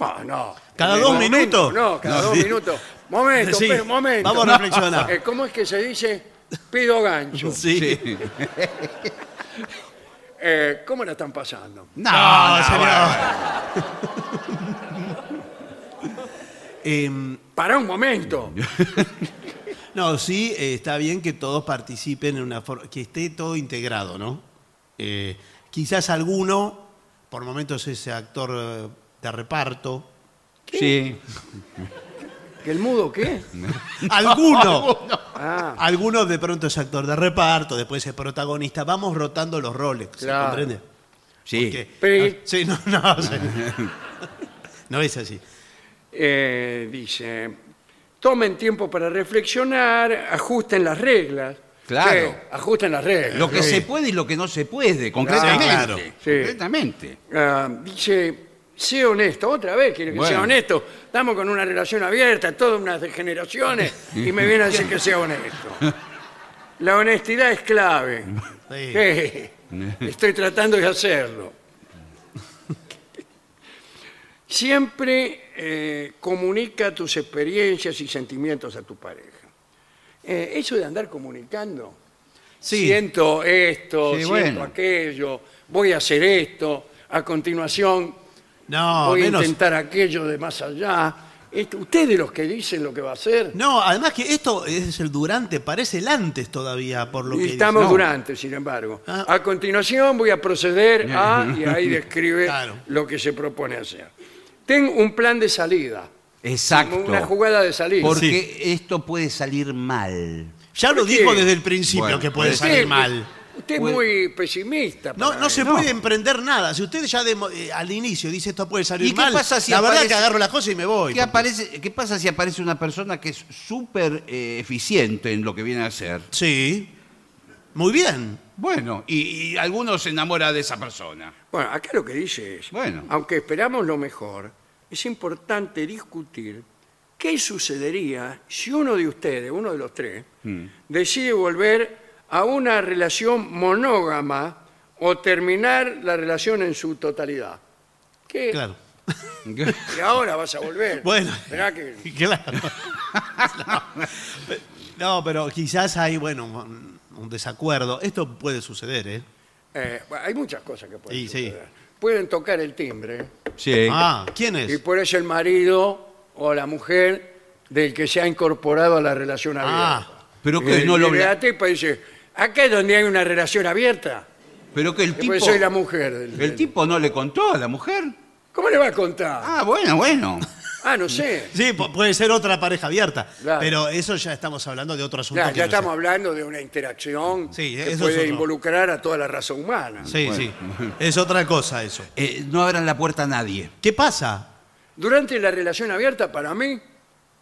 Speaker 2: Ah, no.
Speaker 3: ¿Cada
Speaker 2: En el
Speaker 3: dos
Speaker 2: momento,
Speaker 3: minutos?
Speaker 2: No, cada
Speaker 3: No,
Speaker 2: dos
Speaker 3: sí.
Speaker 2: minutos. Momento,
Speaker 3: *laughs* Sí,
Speaker 2: pero momento.
Speaker 3: vamos a reflexionar.
Speaker 2: Eh, ¿Cómo es que se dice? Pido gancho.
Speaker 3: Sí.
Speaker 5: Sí.
Speaker 2: Eh, ¿Cómo la están pasando?
Speaker 5: No,
Speaker 3: No,
Speaker 5: no, bueno.
Speaker 3: señor. *laughs* Em,
Speaker 2: Para un momento.
Speaker 3: no, sí, eh, está bien que todos participen en una forma, que esté todo integrado, ¿no? Eh, quizás alguno, por momentos ese actor eh, de reparto,
Speaker 5: Sí.
Speaker 2: ¿Que *laughs* el mudo qué?
Speaker 3: Alguno.
Speaker 2: Ah,
Speaker 3: Alguno de pronto es actor de reparto, después es protagonista. Vamos rotando los roles, ¿se
Speaker 2: Claro.
Speaker 3: comprende?
Speaker 5: Sí.
Speaker 3: Que- ah,
Speaker 2: Pero-
Speaker 3: Sí, no, no. sí. No es así.
Speaker 2: eh, dice, tomen tiempo para reflexionar, ajusten las reglas.
Speaker 5: Claro.
Speaker 2: Sí, ajusten las reglas.
Speaker 5: Lo que
Speaker 2: Sí.
Speaker 5: se puede y lo que no se puede, concretamente.
Speaker 3: claro.
Speaker 2: Sí.
Speaker 5: Concretamente.
Speaker 2: Ah, dice, sé honesto, otra vez quiere que
Speaker 5: Bueno.
Speaker 2: sea honesto. Estamos con una relación abierta, todas unas degeneraciones, y me viene a decir que sea honesto. La honestidad es clave.
Speaker 3: Sí.
Speaker 2: Sí, Estoy tratando de hacerlo. Siempre eh, comunica tus experiencias y sentimientos a tu pareja. eh, eso de andar comunicando.
Speaker 3: Sí.
Speaker 2: Siento esto,
Speaker 5: Sí,
Speaker 2: siento
Speaker 5: bueno.
Speaker 2: aquello, voy a hacer esto, a continuación
Speaker 3: No,
Speaker 2: voy
Speaker 3: Ah, menos.
Speaker 2: a intentar aquello de más allá. Esto- ustedes los que dicen lo que va a hacer.
Speaker 3: No, además que esto es el durante, parece el antes todavía, por lo
Speaker 2: Y
Speaker 3: que.
Speaker 2: estamos
Speaker 3: dice.
Speaker 2: durante, sin embargo.
Speaker 3: Ah.
Speaker 2: A continuación voy a proceder a, y
Speaker 3: *laughs*
Speaker 2: ahí describe
Speaker 3: Claro.
Speaker 2: lo que se propone hacer. Tengo un plan de salida,
Speaker 5: Exacto.
Speaker 2: una jugada de salida.
Speaker 5: Porque esto puede salir mal.
Speaker 3: Ya lo
Speaker 2: ¿Por qué?
Speaker 3: dijo desde el principio
Speaker 5: Bueno,
Speaker 3: que puede
Speaker 5: puede
Speaker 3: salir
Speaker 2: Usted-
Speaker 3: mal.
Speaker 2: Usted es muy pesimista.
Speaker 3: No,
Speaker 2: para
Speaker 3: no se
Speaker 2: eso.
Speaker 3: puede emprender nada. Si usted ya demo- eh, al inicio dice esto puede salir
Speaker 5: ¿Y qué
Speaker 3: mal,
Speaker 5: pasa si
Speaker 3: la verdad
Speaker 5: aparece-
Speaker 3: que agarro las cosas y me voy.
Speaker 5: ¿Qué, aparece, ¿Qué pasa si aparece una persona que es súper eh, eficiente en lo que viene a hacer?
Speaker 3: Sí. Muy bien.
Speaker 5: Bueno, y, y alguno se enamora de esa persona.
Speaker 2: Bueno, acá lo que dice es,
Speaker 5: Bueno.
Speaker 2: aunque esperamos lo mejor, es importante discutir qué sucedería si uno de ustedes, uno de los tres,
Speaker 3: Mm.
Speaker 2: decide volver a una relación monógama o terminar la relación en su totalidad. ¿Qué?
Speaker 3: Claro. *laughs*
Speaker 2: Y ahora vas a volver.
Speaker 3: Bueno.
Speaker 2: Verá que
Speaker 5: *laughs*
Speaker 3: Claro. no, pero quizás hay, bueno, un, un desacuerdo. Esto puede suceder, ¿eh?
Speaker 2: eh, bueno, hay muchas cosas que pueden
Speaker 3: Y sí.
Speaker 2: suceder. Pueden tocar el timbre
Speaker 5: Sí.
Speaker 3: Ah, ¿quién
Speaker 2: y
Speaker 3: es?
Speaker 2: puede ser el marido o la mujer del que se ha incorporado a la relación abierta.
Speaker 3: Ah,
Speaker 5: Pero que
Speaker 2: Eh,
Speaker 5: no lo
Speaker 2: y ve
Speaker 5: bla-
Speaker 2: la tipa y dice, acá es donde hay una relación abierta.
Speaker 5: Pero que el
Speaker 2: Y
Speaker 5: tipo.
Speaker 2: pues soy la mujer. del-
Speaker 5: El tipo no le contó a la mujer.
Speaker 2: ¿Cómo le va a contar? Ah,
Speaker 5: Ah, bueno, bueno.
Speaker 2: no sé.
Speaker 3: sí, pu- puede ser otra pareja abierta.
Speaker 2: Claro.
Speaker 3: Pero eso ya estamos hablando de otro asunto.
Speaker 2: Ya,
Speaker 3: que
Speaker 2: ya
Speaker 3: no sé.
Speaker 2: estamos hablando de una interacción
Speaker 3: Sí, eso
Speaker 2: que
Speaker 3: es
Speaker 2: puede
Speaker 3: otro.
Speaker 2: involucrar a toda la raza humana.
Speaker 3: Sí, sí. Es otra cosa eso.
Speaker 5: Eh, no abran la puerta a nadie.
Speaker 3: ¿Qué pasa?
Speaker 2: Durante la relación abierta, para mí,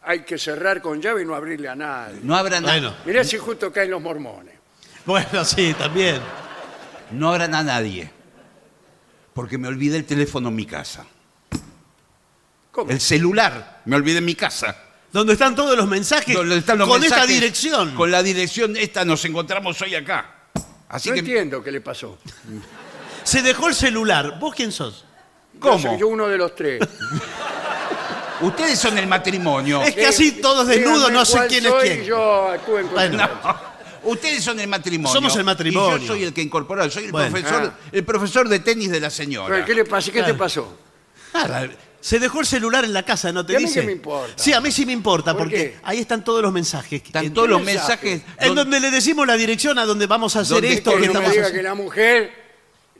Speaker 2: hay que cerrar con llave y no abrirle a nadie.
Speaker 5: No abran, a-
Speaker 3: Bueno.
Speaker 2: Mirá si justo caen los mormones.
Speaker 3: Bueno, sí, también.
Speaker 5: no abran a nadie. Porque me olvidé el teléfono en mi casa.
Speaker 2: ¿Cómo?
Speaker 5: El celular me olvidé en mi casa.
Speaker 3: Donde están todos los mensajes
Speaker 5: Donde están los
Speaker 3: con esta
Speaker 5: mensajes,
Speaker 3: dirección.
Speaker 5: Con la dirección esta nos encontramos hoy acá. Así
Speaker 2: no
Speaker 5: que
Speaker 2: entiendo qué le pasó.
Speaker 3: Se dejó el celular. ¿Vos quién sos?
Speaker 5: ¿Cómo?
Speaker 2: Yo soy yo uno de los tres.
Speaker 5: ustedes son el matrimonio.
Speaker 3: *laughs* Es que así todos desnudos,
Speaker 2: Díganme
Speaker 3: no sé
Speaker 2: cuál
Speaker 3: quién es
Speaker 2: soy
Speaker 3: quién.
Speaker 2: y Yo actúo en
Speaker 3: Bueno.
Speaker 2: consecuencia.
Speaker 5: No. *laughs* Ustedes son el matrimonio.
Speaker 3: Somos el matrimonio.
Speaker 5: Y yo soy el que incorporó. Soy el
Speaker 3: Bueno.
Speaker 5: profesor,
Speaker 2: Ah.
Speaker 5: el profesor de tenis de la señora.
Speaker 2: Pero, ¿Qué le pasó? ¿Qué te
Speaker 3: Claro.
Speaker 2: pasó?
Speaker 5: Nada,
Speaker 3: Se dejó el celular en la casa, ¿no
Speaker 2: ¿Y
Speaker 3: te
Speaker 2: a mí
Speaker 3: dice?
Speaker 2: qué me importa?
Speaker 3: Sí, a mí sí me importa,
Speaker 2: ¿Por
Speaker 3: porque
Speaker 2: qué?
Speaker 3: ahí están todos los mensajes.
Speaker 5: Están
Speaker 3: En-
Speaker 5: todos los
Speaker 2: mensaje?
Speaker 5: mensajes.
Speaker 3: En donde le decimos la dirección a donde vamos a hacer
Speaker 5: ¿Dónde
Speaker 3: esto
Speaker 5: es
Speaker 2: que
Speaker 3: que
Speaker 2: no me
Speaker 3: estamos
Speaker 2: diga que
Speaker 3: haciendo.
Speaker 2: la mujer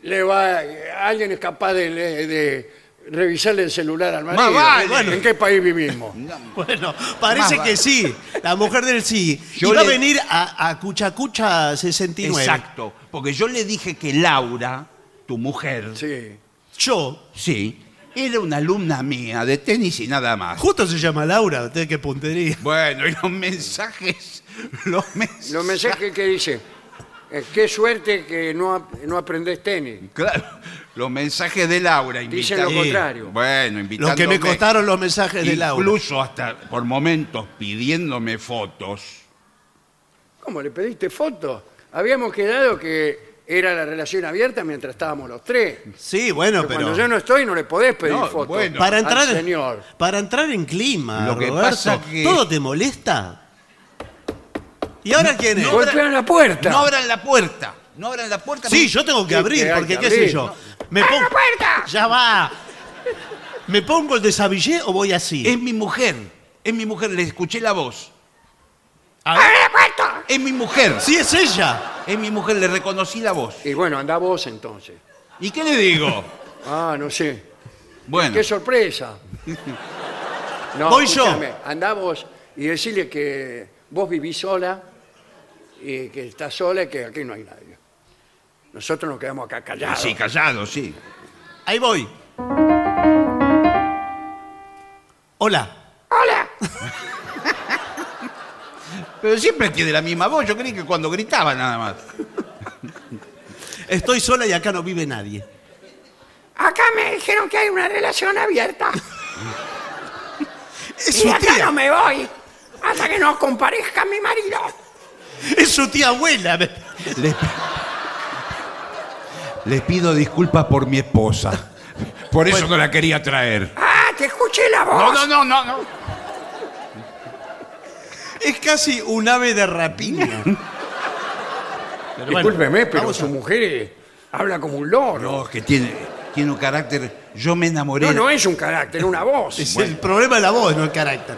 Speaker 2: le va alguien es capaz de, de revisarle el celular al marido.
Speaker 5: Más vale.
Speaker 2: Bueno, ¿En qué país vivimos?
Speaker 3: *laughs* Bueno, parece
Speaker 5: Más
Speaker 3: que
Speaker 5: va-
Speaker 3: sí. La mujer del sí.
Speaker 5: *laughs* Yo
Speaker 3: y va
Speaker 5: le-
Speaker 3: a venir a, a Cuchacucha 69.
Speaker 5: Exacto. Porque yo le dije que Laura, tu mujer, sí.
Speaker 2: Sí.
Speaker 3: Yo,
Speaker 5: era una alumna mía de tenis y nada más.
Speaker 3: justo se llama Laura, usted qué puntería.
Speaker 5: Bueno, y los mensajes, los mensajes.
Speaker 2: Los mensajes que dice, eh, qué suerte que no, ap- no aprendés tenis.
Speaker 5: Claro, los mensajes de Laura
Speaker 2: Dicen lo
Speaker 5: invitándome.
Speaker 2: contrario.
Speaker 5: Bueno, invitándome.
Speaker 3: Lo que me costaron los mensajes de Laura.
Speaker 5: Incluso hasta por momentos pidiéndome fotos.
Speaker 2: ¿Cómo le pediste fotos? Habíamos quedado que era la relación abierta mientras estábamos los tres.
Speaker 3: Sí, bueno,
Speaker 2: Pero cuando
Speaker 3: pero.
Speaker 2: yo no estoy no le podés pedir
Speaker 5: No,
Speaker 2: fotos.
Speaker 5: bueno.
Speaker 3: Para
Speaker 2: al
Speaker 3: entrar,
Speaker 2: señor.
Speaker 3: para entrar en clima,
Speaker 5: Lo que
Speaker 3: Roberto,
Speaker 5: pasa que-
Speaker 3: ¿todo te molesta? ¿Y ahora quién es?
Speaker 5: No,
Speaker 2: Golpean la puerta.
Speaker 5: No abran la puerta. No abran la puerta.
Speaker 3: sí,
Speaker 5: porque-
Speaker 3: yo tengo que
Speaker 2: Sí,
Speaker 3: abrir,
Speaker 2: que hay
Speaker 3: porque
Speaker 2: que
Speaker 3: qué
Speaker 2: abrir.
Speaker 3: sé yo.
Speaker 2: No.
Speaker 3: Me pongo... puerta! ¡Ya va! ¿Me pongo el desabillé o voy así?
Speaker 5: Es mi mujer. Es mi mujer. Le escuché la voz.
Speaker 3: A ver.
Speaker 5: Es mi mujer.
Speaker 3: Sí, es ella.
Speaker 5: Es mi mujer. Le reconocí la voz.
Speaker 2: Y bueno, andá vos entonces.
Speaker 5: ¿Y qué le digo?
Speaker 2: Ah, no sé.
Speaker 5: Bueno.
Speaker 2: ¡Qué sorpresa! No,
Speaker 3: Voy yo.
Speaker 2: escúchame, Andá vos y decirle que vos vivís sola y que estás sola y que aquí no hay nadie. Nosotros nos quedamos acá callados.
Speaker 5: Sí, callado, sí.
Speaker 3: Ahí voy. Hola.
Speaker 5: Pero siempre tiene la misma voz. Yo creí que cuando gritaba nada más.
Speaker 3: Estoy sola y acá no vive nadie.
Speaker 4: Acá me dijeron que hay una relación abierta.
Speaker 3: Es
Speaker 4: Y
Speaker 3: su
Speaker 4: de acá no
Speaker 3: tía.
Speaker 4: me voy hasta que no comparezca mi marido.
Speaker 3: Es su tía abuela.
Speaker 5: Les, les pido disculpas por mi esposa.
Speaker 6: Por eso no la quería traer.
Speaker 2: Ah,
Speaker 4: Ah, te escuché la voz.
Speaker 5: No, no, no, no, no.
Speaker 3: es casi un ave de rapiña.
Speaker 2: *laughs*
Speaker 3: Pero bueno,
Speaker 2: Discúlpeme, pero
Speaker 3: vamos
Speaker 2: su
Speaker 3: a-
Speaker 2: mujer eh, habla como un loro.
Speaker 5: No, que tiene, tiene un carácter. Yo me enamoré.
Speaker 2: No, no es un carácter, es una voz.
Speaker 3: es El problema es la voz, no el carácter.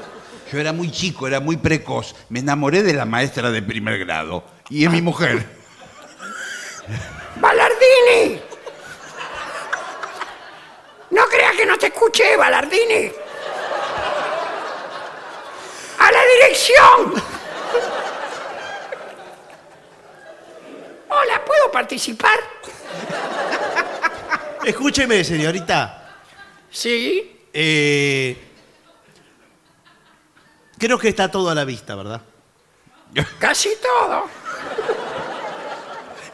Speaker 5: Yo era muy chico, era muy precoz. Me enamoré de la maestra de primer grado. Y es mi mujer.
Speaker 4: ¡Balardini! No creas que no te escuché, Balardini. ¡A la dirección! Hola, ¿puedo participar?
Speaker 3: Escúcheme, señorita.
Speaker 2: Sí,
Speaker 3: eh, creo que está todo a la vista, ¿verdad?
Speaker 2: casi todo.
Speaker 5: Ah.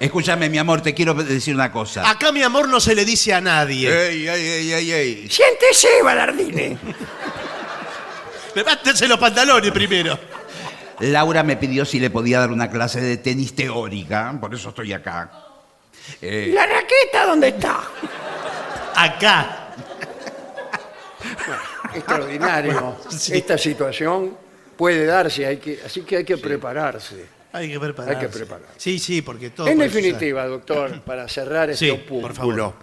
Speaker 5: Escúchame, mi amor, te quiero decir una cosa.
Speaker 3: Acá mi amor no se le dice a nadie.
Speaker 2: Eh.
Speaker 5: Ey, ey, ey, ey, ey.
Speaker 2: Siéntese, Balardine.
Speaker 3: Levántese los pantalones primero.
Speaker 5: Laura me pidió si le podía dar una clase de tenis teórica, por eso estoy acá. Eh,
Speaker 4: ¿La raqueta dónde está?
Speaker 3: Acá.
Speaker 2: Extraordinario.
Speaker 3: Sí.
Speaker 2: Esta situación puede darse, hay que, así que hay que prepararse.
Speaker 3: Hay que prepararse.
Speaker 2: Hay que prepararse.
Speaker 3: Sí, sí, porque todo.
Speaker 2: En
Speaker 3: puede suceder.
Speaker 2: definitiva, doctor, para cerrar este
Speaker 3: Sí,
Speaker 2: opúsculo,
Speaker 3: por favor.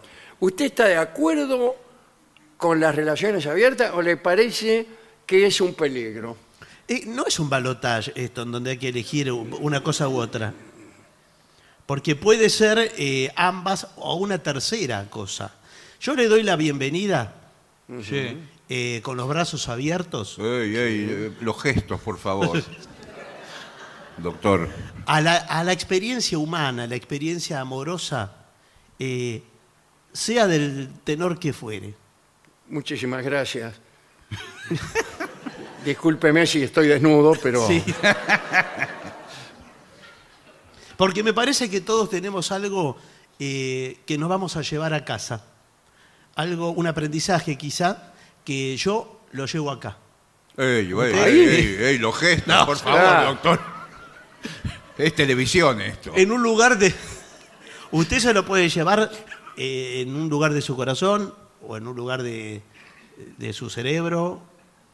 Speaker 2: ¿usted está de acuerdo con las relaciones abiertas o le parece que es un peligro?
Speaker 3: Eh, no es un balotaje esto, en donde hay que elegir u- una cosa u otra. Porque puede ser eh, ambas o una tercera cosa. Yo le doy la bienvenida eh, con los brazos abiertos
Speaker 5: ey, ey, eh, los gestos, por favor. Doctor.
Speaker 3: a la, a la experiencia humana, la experiencia amorosa, eh, sea del tenor que fuere.
Speaker 2: Muchísimas
Speaker 3: *laughs*
Speaker 2: gracias. Discúlpeme si estoy desnudo, pero
Speaker 3: Sí. *laughs* Porque me parece que todos tenemos algo eh, que nos vamos a llevar a casa. Algo, un aprendizaje quizá, que yo lo llevo acá.
Speaker 6: Ey, ey,
Speaker 3: Ahí.
Speaker 6: ey, ey, los gestos, por favor,
Speaker 2: claro.
Speaker 6: doctor. Es televisión esto.
Speaker 3: En un lugar de. Usted se lo puede llevar eh, en un lugar de su corazón, o en un lugar de, de su cerebro,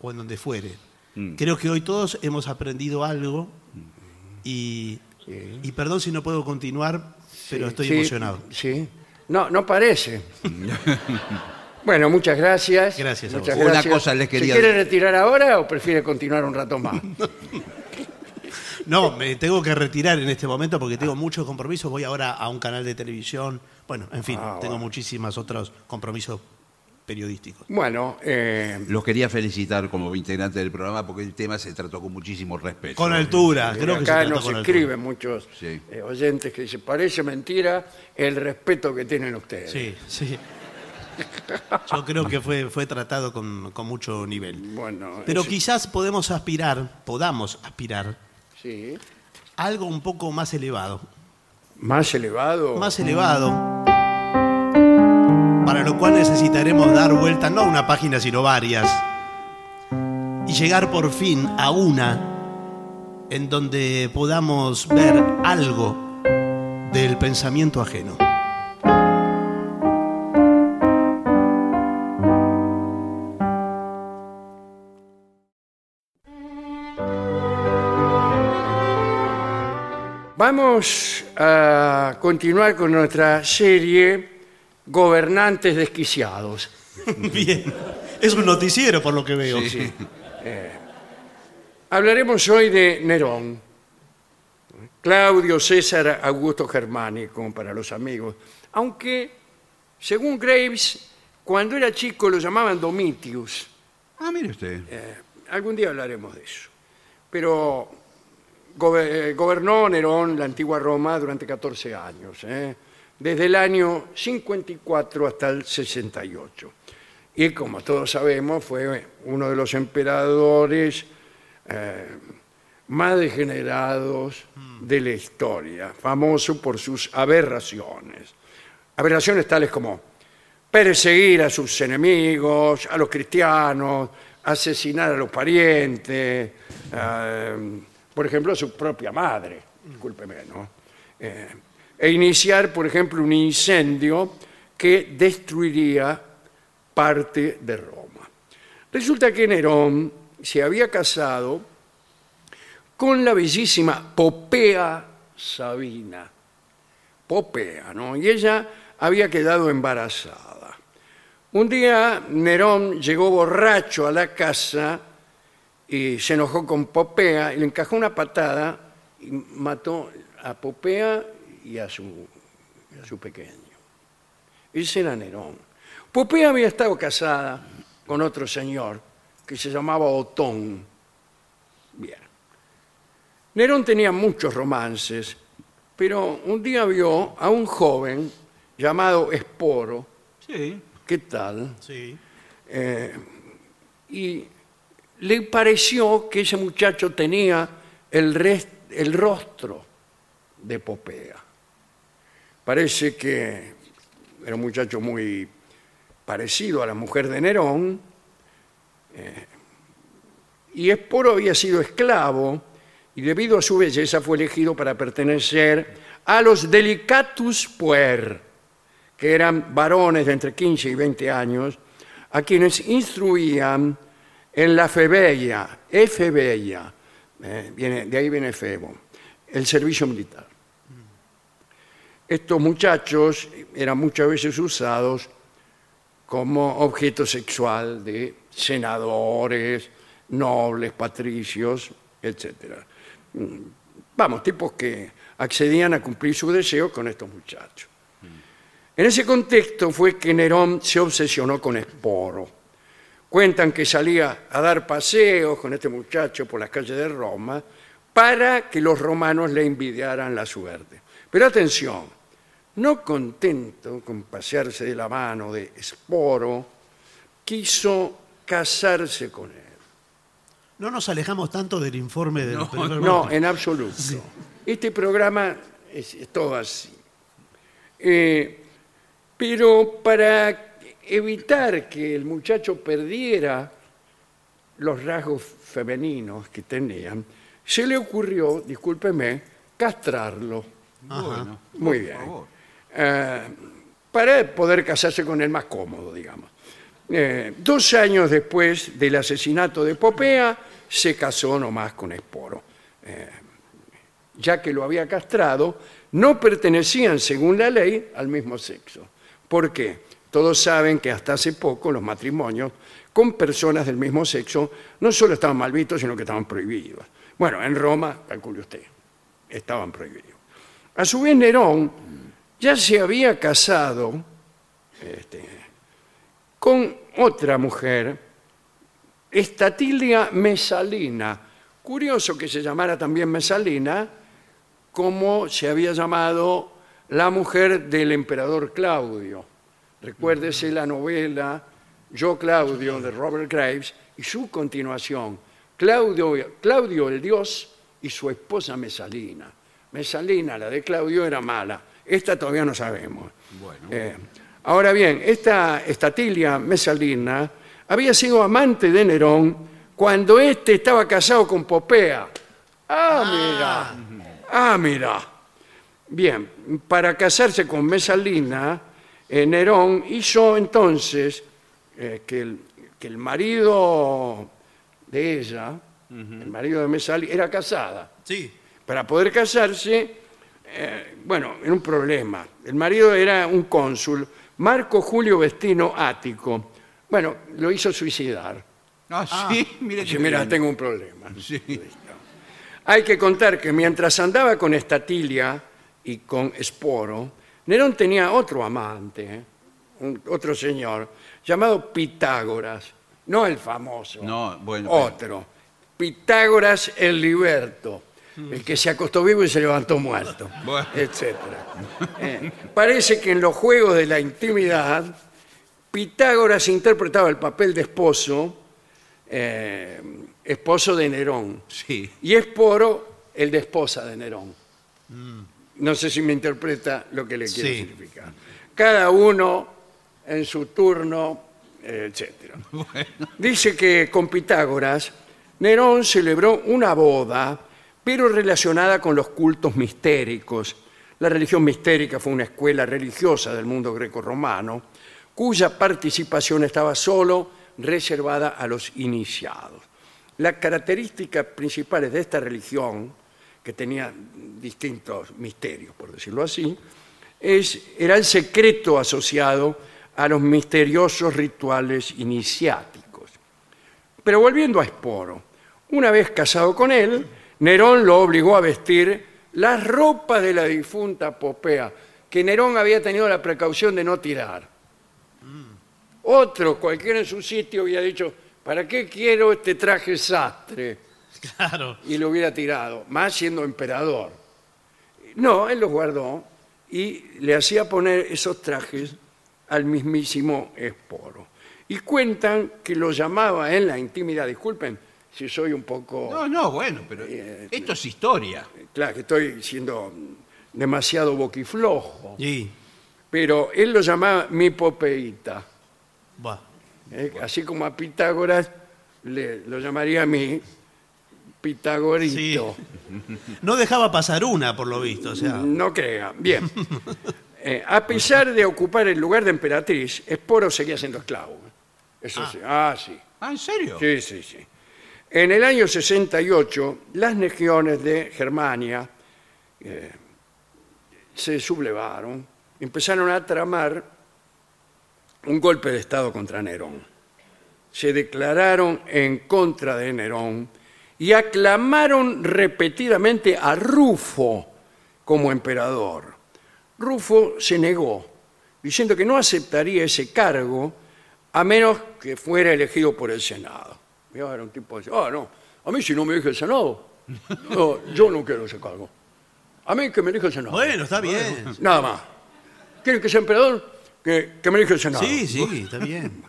Speaker 3: o en donde fuere.
Speaker 2: Mm.
Speaker 3: Creo que hoy todos hemos aprendido algo y, y perdón si no puedo continuar, pero estoy
Speaker 2: Mm. Sí,
Speaker 3: emocionado.
Speaker 2: Sí. No, no
Speaker 3: *laughs*
Speaker 2: parece. bueno, muchas gracias.
Speaker 3: Gracias a
Speaker 2: Muchas
Speaker 5: vos. Una
Speaker 2: gracias.
Speaker 5: cosa les quería-
Speaker 2: ¿Se quiere retirar ahora o prefiere continuar un rato
Speaker 3: *laughs*
Speaker 2: más?
Speaker 3: No, me tengo que retirar en este momento porque
Speaker 2: Ah.
Speaker 3: tengo muchos compromisos. Voy ahora a un canal de televisión. Bueno, en fin,
Speaker 2: Ah,
Speaker 3: tengo muchísimos otros compromisos periodísticos.
Speaker 2: Bueno, eh,
Speaker 5: Los quería felicitar como integrante del programa porque el tema se trató con muchísimo respeto.
Speaker 3: Con altura, creo que
Speaker 2: acá
Speaker 3: se trató
Speaker 2: nos
Speaker 3: con altura.
Speaker 2: escriben muchos
Speaker 5: Sí.
Speaker 2: eh, oyentes que dicen, parece mentira el respeto que tienen ustedes.
Speaker 3: Sí, sí. Yo creo que fue, fue tratado con, con mucho nivel.
Speaker 2: Bueno,
Speaker 3: Pero
Speaker 2: es-
Speaker 3: quizás podemos aspirar, podamos aspirar
Speaker 2: sí.
Speaker 3: a algo un poco más elevado.
Speaker 2: Más elevado.
Speaker 3: Más elevado. Para lo cual necesitaremos dar vuelta no a una página, sino varias. Y llegar por fin a una en donde podamos ver algo del pensamiento ajeno.
Speaker 2: Vamos a continuar con nuestra serie Gobernantes Desquiciados.
Speaker 3: Bien. Es un noticiero por lo que veo. sí.
Speaker 2: Hablaremos hoy de Nerón, Claudio César Augusto Germánico para los amigos, aunque según Graves, cuando era chico lo llamaban Domitius.
Speaker 5: Ah, mire usted.
Speaker 2: Eh, Algún día hablaremos de eso. Pero gobe- eh, gobernó Nerón la antigua Roma durante 14 años, ¿eh? desde el año 54 hasta el 68. Y como todos sabemos, fue uno de los emperadores eh, más degenerados de la historia, famoso por sus aberraciones. Aberraciones tales como perseguir a sus enemigos, a los cristianos, asesinar a los parientes, eh, por ejemplo, a su propia madre, discúlpeme, ¿no? Eh, e iniciar, por ejemplo, un incendio que destruiría parte de Roma. Resulta que Nerón se había casado con la bellísima Popea Sabina. Popea, ¿no? Y ella había quedado embarazada. Un día Nerón llegó borracho a la casa y se enojó con Popea y le encajó una patada y mató a Popea y a su, y a su pequeño. Ese era Nerón. Popea había estado casada con otro señor que se llamaba Otón. Bien. Nerón tenía muchos romances, pero un día vio a un joven llamado Esporo,
Speaker 3: Sí,
Speaker 2: ¿qué tal?
Speaker 3: sí.
Speaker 2: Eh, y le pareció que ese muchacho tenía el, res- el rostro de Popea. Parece que era un muchacho muy parecido a la mujer de Nerón, eh, y Esporo había sido esclavo y debido a su belleza fue elegido para pertenecer a los Delicatus Puer, que eran varones de entre 15 y 20 años, a quienes instruían en la febeia, efebeia, eh, viene- de ahí viene febo, el servicio militar. Estos muchachos eran muchas veces usados como objeto sexual de senadores, nobles, patricios, etc. Vamos, tipos que accedían a cumplir sus deseos con estos muchachos. En ese contexto fue que Nerón se obsesionó con Esporo. Cuentan que salía a dar paseos con este muchacho por las calles de Roma para que los romanos le envidiaran la suerte. Pero atención, no contento con pasearse de la mano de Esporo, quiso casarse con él.
Speaker 3: No nos alejamos tanto del informe del primer
Speaker 2: No,
Speaker 3: bloque.
Speaker 2: en absoluto. Este programa es, es todo así. Eh, pero para evitar que el muchacho perdiera los rasgos femeninos que tenían, se le ocurrió, discúlpeme, castrarlo.
Speaker 3: Ajá.
Speaker 2: Muy bien. Eh, para poder casarse con el más cómodo, digamos. Eh, dos años después del asesinato de Popea, se casó nomás con Esporo. Eh, ya que lo había castrado, no pertenecían, según la ley, al mismo sexo. ¿Por qué? Todos saben que hasta hace poco los matrimonios con personas del mismo sexo no solo estaban mal vistos, sino que estaban prohibidos. Bueno, en Roma, calcule usted, estaban prohibidos. A su vez, Nerón ya se había casado este, con otra mujer, Estatilia Mesalina. Curioso que se llamara también Mesalina, como se había llamado la mujer del emperador Claudio. Recuérdese la novela Yo Claudio de Robert Graves y su continuación, Claudio, Claudio el Dios y su esposa Mesalina. Mesalina, la de Claudio, era mala. Esta todavía no sabemos. Eh, ahora bien, esta estatilia Mesalina había sido amante de Nerón cuando éste estaba casado con Popea. Ah, mira. Ah, mira. Bien, para casarse con Mesalina, eh, Nerón hizo entonces eh, que, el, que el marido de ella, el marido de Mesalina, era casada.
Speaker 3: Sí.
Speaker 2: Para poder casarse, eh, bueno, era un problema. El marido era un cónsul, Marco Julio Vestino Ático. Bueno, lo hizo suicidar.
Speaker 6: Ah, sí, mire
Speaker 2: Dice,
Speaker 6: que
Speaker 2: mira, tengo un problema. Listo. Hay que contar que mientras andaba con Estatilia y con Esporo, Nerón tenía otro amante, ¿eh? Un- otro señor, llamado Pitágoras, no el famoso,
Speaker 5: No, bueno, pero-
Speaker 2: otro, Pitágoras el liberto, el que se acostó vivo y se levantó muerto,
Speaker 6: Bueno.
Speaker 2: etc. parece que en los juegos de la intimidad, Pitágoras interpretaba el papel de esposo, eh, esposo de Nerón.
Speaker 5: Sí.
Speaker 2: Y Esporo, el de esposa de Nerón. No sé si me interpreta lo que le quiero
Speaker 3: Sí.
Speaker 2: significar. Cada uno en su turno, eh, etcétera. Dice que con Pitágoras, Nerón celebró una boda, pero relacionada con los cultos mistéricos. La religión mistérica fue una escuela religiosa del mundo greco-romano, cuya participación estaba solo reservada a los iniciados. las características principales de esta religión, que tenía distintos misterios, por decirlo así, es, era el secreto asociado a los misteriosos rituales iniciáticos. Pero volviendo a Esporo, una vez casado con él, Nerón lo obligó a vestir las ropas de la difunta Popea, que Nerón había tenido la precaución de no tirar. Otro, cualquiera en su sitio, había dicho, ¿para qué quiero este traje sastre?
Speaker 3: Claro.
Speaker 2: Y lo hubiera tirado, más siendo emperador. No, él los guardó y le hacía poner esos trajes al mismísimo Esporo. Y cuentan que lo llamaba en la intimidad, disculpen si soy un poco... eh,
Speaker 6: No, no, bueno, pero esto es historia.
Speaker 2: Claro, que estoy siendo demasiado boquiflojo.
Speaker 3: Sí.
Speaker 2: Pero él lo llamaba mi popeíta.
Speaker 3: Buah.
Speaker 2: ¿eh? Así como a Pitágoras le, lo llamaría mi
Speaker 3: Sí.
Speaker 2: pitagorito.
Speaker 3: No dejaba pasar una, por lo visto. O sea,
Speaker 2: No crea.
Speaker 6: *laughs*
Speaker 2: Bien. Eh, a pesar de ocupar el lugar de emperatriz, Esporo seguía siendo esclavo. Eso sí. Ah, sí.
Speaker 6: Ah, ¿en serio?
Speaker 2: Sí, sí, sí. En el año 68, las legiones de Germania eh, se sublevaron, empezaron a tramar un golpe de Estado contra Nerón. Se declararon en contra de Nerón y aclamaron repetidamente a Rufo como emperador. Rufo se negó, diciendo que no aceptaría ese cargo a menos que fuera elegido por el Senado. Yo era un tipo que decía, ah, no, a mí si no me elige el Senado, no, yo no quiero ese cargo. A mí que me elija el Senado.
Speaker 3: bueno, está bien.
Speaker 2: Nada más. ¿Quieren que sea emperador? Que, que me elija el Senado.
Speaker 3: Sí, sí, está bien.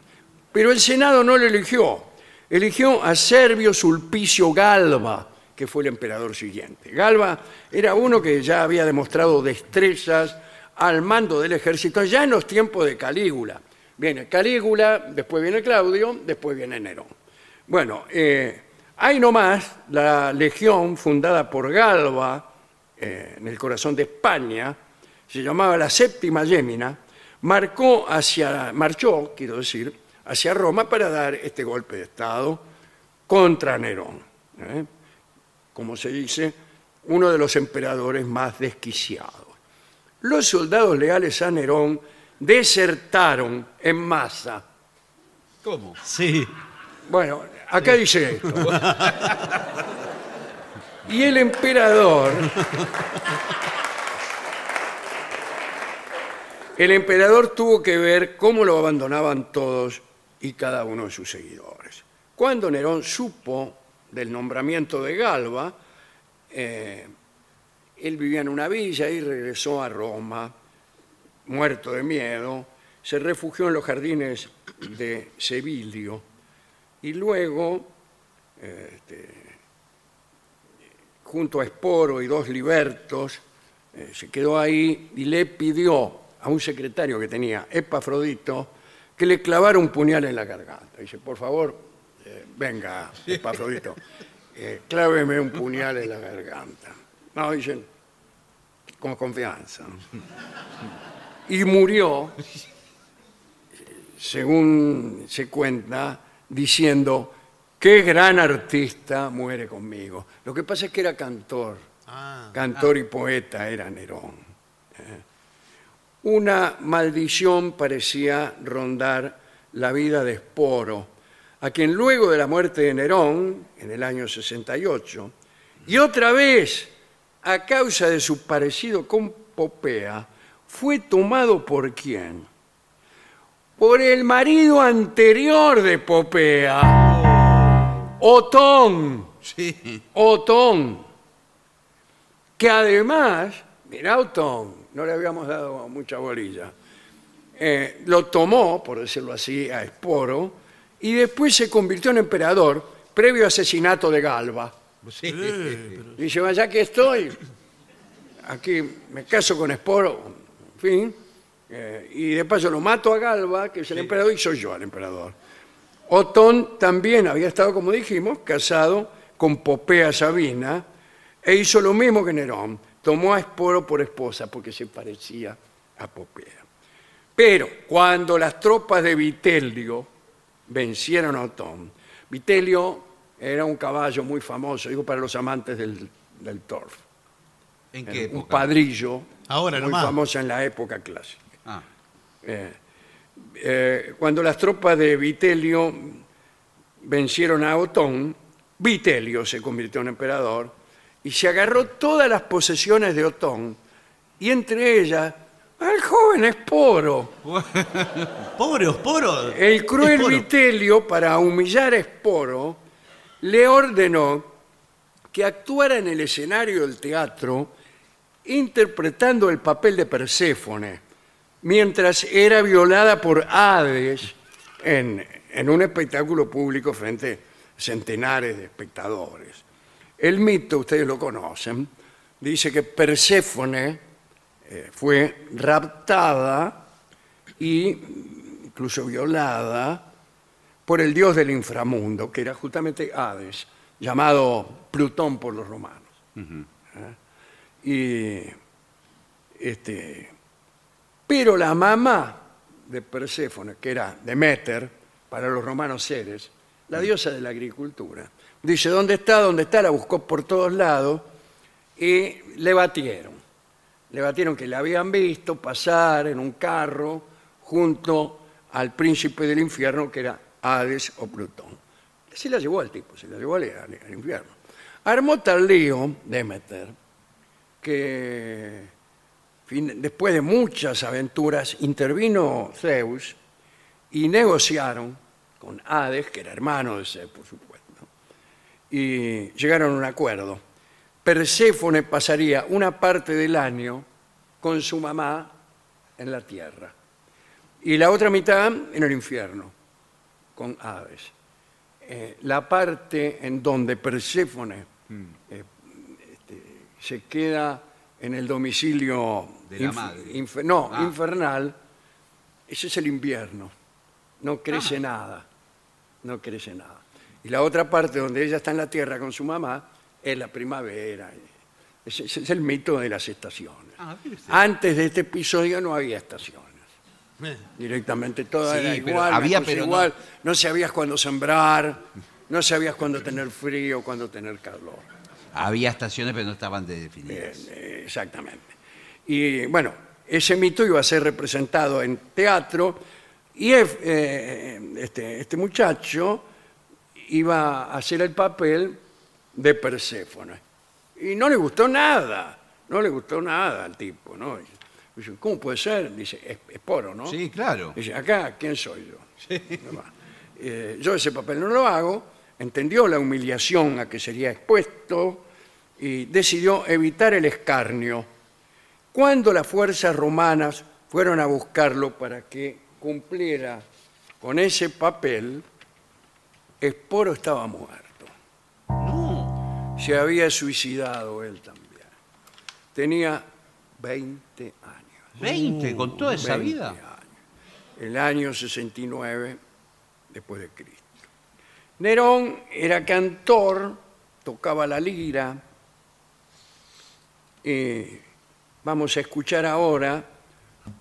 Speaker 2: Pero el Senado no lo eligió. Eligió a Servio Sulpicio Galba, que fue el emperador siguiente. Galba era uno que ya había demostrado destrezas al mando del ejército ya en los tiempos de Calígula. Viene Calígula, después viene Claudio, después viene Nerón. Bueno, eh, hay nomás la legión fundada por Galba eh, en el corazón de España, se llamaba la Séptima Gémina, marcó hacia, marchó, quiero decir, hacia Roma para dar este golpe de Estado contra Nerón, ¿eh? como se dice, uno de los emperadores más desquiciados. Los soldados leales a Nerón desertaron en masa.
Speaker 6: ¿Cómo?
Speaker 3: Sí.
Speaker 2: Bueno, acá dice esto. y el emperador. El emperador tuvo que ver cómo lo abandonaban todos y cada uno de sus seguidores. Cuando Nerón supo del nombramiento de Galba, eh, él vivía en una villa y regresó a Roma, muerto de miedo, se refugió en los jardines de Sevilio y luego, eh, este, junto a Esporo y dos libertos, eh, se quedó ahí y le pidió a un secretario que tenía, Epafrodito, que le clavara un puñal en la garganta. Dice, por favor, eh, venga, Epafrodito, eh, cláveme un puñal en la garganta. No, dicen, con confianza. Y murió según se cuenta, diciendo, qué gran artista muere conmigo. Lo que pasa es que era cantor,
Speaker 3: Ah,
Speaker 2: cantor y poeta era Nerón. ¿eh? Una maldición parecía rondar la vida de Esporo, a quien luego de la muerte de Nerón, en el año 68, y otra vez, a causa de su parecido con Popea, fue tomado por quién? por el marido anterior de Popea, Otón,
Speaker 6: Sí.
Speaker 2: Otón, que además, mirá Otón, no le habíamos dado mucha bolilla, eh, lo tomó, por decirlo así, a Esporo, y después se convirtió en emperador previo asesinato de Galba.
Speaker 6: Sí.
Speaker 2: Dice, vaya que estoy, aquí me caso con Esporo, en fin, eh, y de paso lo mato a Galba, que es el emperador, y soy yo el emperador. Otón también había estado, como dijimos, casado con Popea Sabina, e hizo lo mismo que Nerón, tomó a Esporo por esposa, porque se parecía a Popea. Pero cuando las tropas de Vitelio vencieron a Otón, Vitelio era un caballo muy famoso, digo, para los amantes del, del torf.
Speaker 5: ¿En
Speaker 2: Era
Speaker 5: qué
Speaker 2: eh, un
Speaker 5: época?
Speaker 2: padrillo
Speaker 3: Ahora
Speaker 2: muy
Speaker 3: nomás.
Speaker 2: famoso en la época clásica.
Speaker 5: Ah,
Speaker 2: Eh, eh, cuando las tropas de Vitelio vencieron a Otón, Vitelio se convirtió en emperador y se agarró todas las posesiones de Otón y entre ellas al joven Esporo.
Speaker 3: Pobre Osporo.
Speaker 2: El cruel
Speaker 3: Esporo.
Speaker 2: Vitelio, para humillar a Esporo, le ordenó que actuara en el escenario del teatro interpretando el papel de Perséfone, mientras era violada por Hades en, en un espectáculo público frente a centenares de espectadores. El mito, ustedes lo conocen, dice que Perséfone eh, fue raptada y incluso violada por el dios del inframundo, que era justamente Hades, llamado Plutón por los romanos. ¿Ah? Y este, pero la mamá de Perséfone, que era Demeter, para los romanos Ceres, la diosa de la agricultura, dice, ¿dónde está? ¿Dónde está? La buscó por todos lados y le batieron. Le batieron que la habían visto pasar en un carro junto al príncipe del infierno, que era Hades o Plutón. Se la llevó al tipo, se la llevó al, al- al infierno. Armó tal lío, Demeter, que fin- después de muchas aventuras intervino Zeus y negociaron con Hades, que era hermano de Zeus, por supuesto, y llegaron a un acuerdo. Perséfone pasaría una parte del año con su mamá en la tierra y la otra mitad en el infierno con Hades. Eh, la parte en donde Perséfone
Speaker 5: Mm.
Speaker 2: eh, este, se queda en el domicilio
Speaker 5: De la madre.
Speaker 2: infer- no,
Speaker 5: Ah.
Speaker 2: infernal, ese es el invierno. No
Speaker 5: Ah.
Speaker 2: crece nada. No crece nada. Y la otra parte donde ella está en la tierra con su mamá es la primavera. Ese, ese es el mito de las estaciones.
Speaker 6: Ah, mire usted.
Speaker 2: Antes de este episodio no había estaciones.
Speaker 3: Eh,
Speaker 2: Directamente todo
Speaker 5: Sí,
Speaker 2: era
Speaker 5: pero
Speaker 2: igual, las
Speaker 5: había,
Speaker 2: cosas
Speaker 5: pero no.
Speaker 2: igual. No. sabías cuándo sembrar, no sabías cuándo tener frío, cuándo tener calor.
Speaker 5: había estaciones, pero no estaban de-
Speaker 2: Eh,
Speaker 5: definidas.
Speaker 2: eh, exactamente. Y bueno, ese mito iba a ser representado en teatro y es- eh, este, este muchacho iba a hacer el papel de Perséfone. Y no le gustó nada, no le gustó nada al tipo, ¿no? Dice, ¿Cómo puede ser? Dice, es, es poro, ¿no?
Speaker 6: Sí, claro.
Speaker 2: Dice, acá, ¿quién soy yo? No va. Eh, yo ese papel no lo hago, entendió la humillación a que sería expuesto y decidió evitar el escarnio. Cuando las fuerzas romanas fueron a buscarlo para que cumpliera con ese papel, Esporo estaba muerto. Se había suicidado él también. Tenía 20 años.
Speaker 6: 20, con toda esa
Speaker 2: 20
Speaker 6: vida.
Speaker 2: años. El año 69 después de Cristo. Nerón era cantor, tocaba la lira. Eh, vamos a escuchar ahora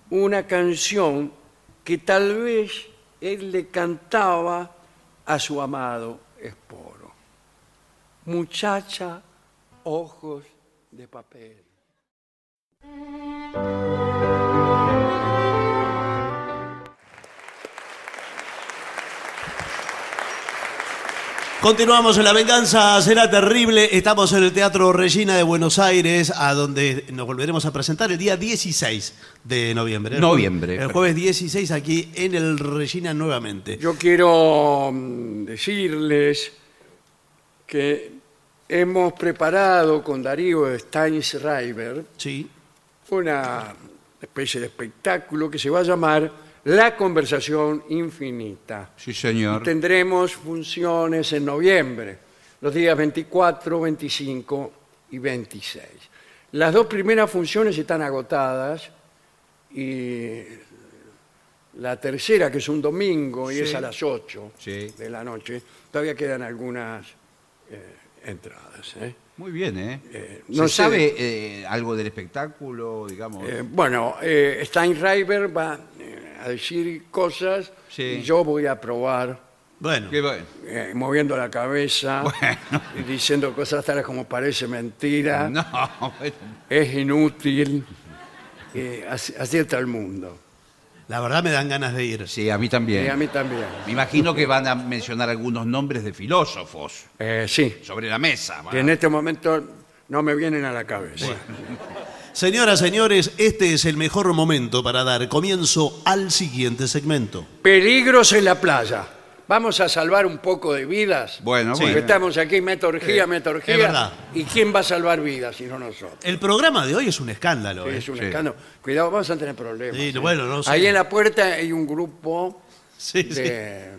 Speaker 2: una canción que tal vez él le cantaba a su amado Esporo. Muchacha, ojos de papel.
Speaker 3: Continuamos en La Venganza Será Terrible. Estamos en el Teatro Regina de Buenos Aires, a donde nos volveremos a presentar el día 16 de noviembre.
Speaker 5: Noviembre.
Speaker 3: El jueves 16 aquí en el Regina nuevamente.
Speaker 2: Yo quiero mm, decirles que hemos preparado con Darío Steinschreiber
Speaker 3: Sí.
Speaker 2: una especie de espectáculo que se va a llamar La Conversación Infinita.
Speaker 5: Sí, señor.
Speaker 2: Tendremos funciones en noviembre, los días 24, 25 y 26. Las dos primeras funciones están agotadas y la tercera, que es un domingo y es a las 8
Speaker 5: Sí.
Speaker 2: de la noche, todavía quedan algunas eh, entradas. ¿eh?
Speaker 5: Muy bien, ¿eh?
Speaker 2: Eh, no
Speaker 5: no ¿Se
Speaker 2: sé-
Speaker 5: sabe eh, algo del espectáculo, digamos?
Speaker 2: Eh, bueno, eh, Steinreiber va eh, a decir cosas
Speaker 5: Sí.
Speaker 2: y yo voy a probar
Speaker 3: Bueno,
Speaker 6: Qué bueno.
Speaker 2: eh, moviendo la
Speaker 3: *laughs*
Speaker 2: cabeza, y diciendo cosas tales como parece mentira,
Speaker 6: No, bueno.
Speaker 2: es inútil, eh, así, así está el mundo.
Speaker 3: la verdad me dan ganas de ir.
Speaker 5: Sí, a mí
Speaker 2: Y a
Speaker 5: también.
Speaker 2: mí también.
Speaker 5: Me imagino que van a mencionar algunos nombres de filósofos
Speaker 2: Eh, sí,
Speaker 5: sobre la mesa.
Speaker 2: que en este momento no me vienen a la cabeza.
Speaker 3: Señoras, señores, este es el mejor momento para dar comienzo al siguiente segmento.
Speaker 2: Peligros en la playa. Vamos a salvar un poco de vidas.
Speaker 5: Bueno,
Speaker 3: Sí.
Speaker 2: Porque
Speaker 5: bueno.
Speaker 2: estamos aquí, metorgía,
Speaker 3: Eh, es verdad.
Speaker 2: metorgía. ¿Y quién va a salvar vidas si no nosotros?
Speaker 3: El programa de hoy es un escándalo. ¿eh?
Speaker 2: es un
Speaker 5: sí.
Speaker 2: escándalo. Cuidado, vamos a tener problemas.
Speaker 3: Sí,
Speaker 2: ¿eh?
Speaker 3: bueno, no sé.
Speaker 2: Ahí en la puerta hay un grupo
Speaker 3: Sí, sí.
Speaker 2: de,